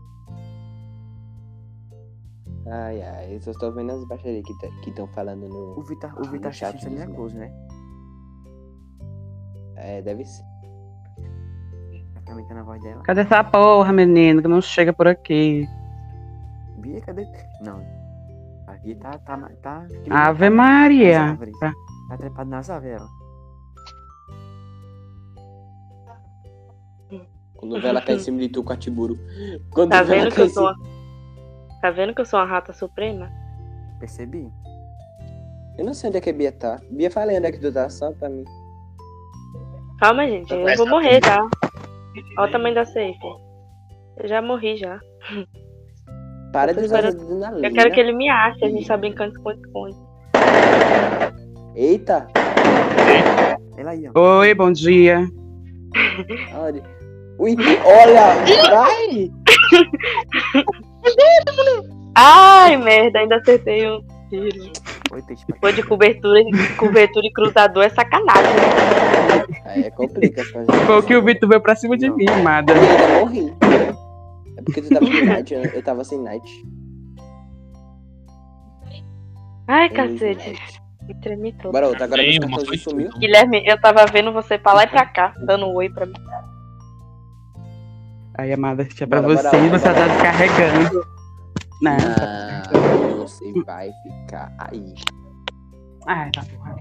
A: Ai, ai, eu só estou vendo as baixarias que estão falando
F: O
A: no.
F: Vitor, o Vitor
A: Chato
F: assistindo essa minha
A: mesmo.
F: coisa, né?
A: É, deve ser.
F: Tá aumentando a voz dela.
B: Cadê essa porra, menino? Que não chega por aqui.
F: Bia, cadê? Não. A Bia tá. tá, tá, tá
B: Ave
F: Nas
B: Maria.
F: árvores.
B: Tá.
F: Tá trepada nas árvores, ela.
A: Quando vê ela cai em cima de tu com a Tiburu. Quando
C: Tá
A: vê ela
C: vendo que
A: cai em
C: eu sou
A: cima-
C: uma... Tá vendo que eu sou uma rata suprema?
F: Percebi.
A: Eu não sei onde é que a Bia tá. Bia, fala aí onde é que tu tá, só pra mim.
C: Calma, gente. Eu vou morrer já. Olha o tamanho da safe. Eu já morri já.
A: Para
C: Eu tô
A: de usar a
C: esperando-
A: adrenalina.
C: Eu quero que ele me ache. A gente tá brincando de esconde-esconde.
A: Eita!
F: Ela aí,
A: é.
F: ó.
B: Oi, bom dia.
A: Olha. Ui, olha! Vai!
C: Ai, merda. Ainda acertei um tiro.
F: Oi, peixe. pra-
C: Foi de cobertura, cobertura e cruzador é sacanagem. né?
A: Aí é complica essa gente.
B: Foi o que o Vitor veio pra cima de mim, amada.
A: Eu ainda morri. É porque tu tava sem night, eu- eu tava sem night.
C: Ai,
A: Eu usei
C: cacete.
A: night.
C: Me tremi todo.
A: Bora, outra, né? agora tá
E: Tem
A: meus
E: uma
A: cartões
E: coisa-
A: sumiu.
C: Guilherme, eu tava vendo você pra lá e pra cá, dando um oi pra mim.
B: Aí, amada, isso é pra
A: Bora,
B: você
A: bora, bora,
B: você tá
A: bora.
B: descarregando. Não. tá
A: Ah, você vai ficar aí.
B: Ai, tá porra.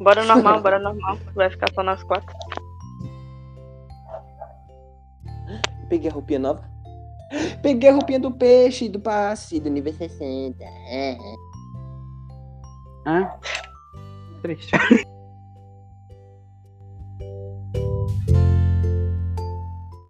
C: Bora normal, bora normal. Vai ficar só nas quatro.
A: Peguei a roupinha nova. Peguei a roupinha do peixe, do passe, do nível 60. É.
B: Hã? Triste.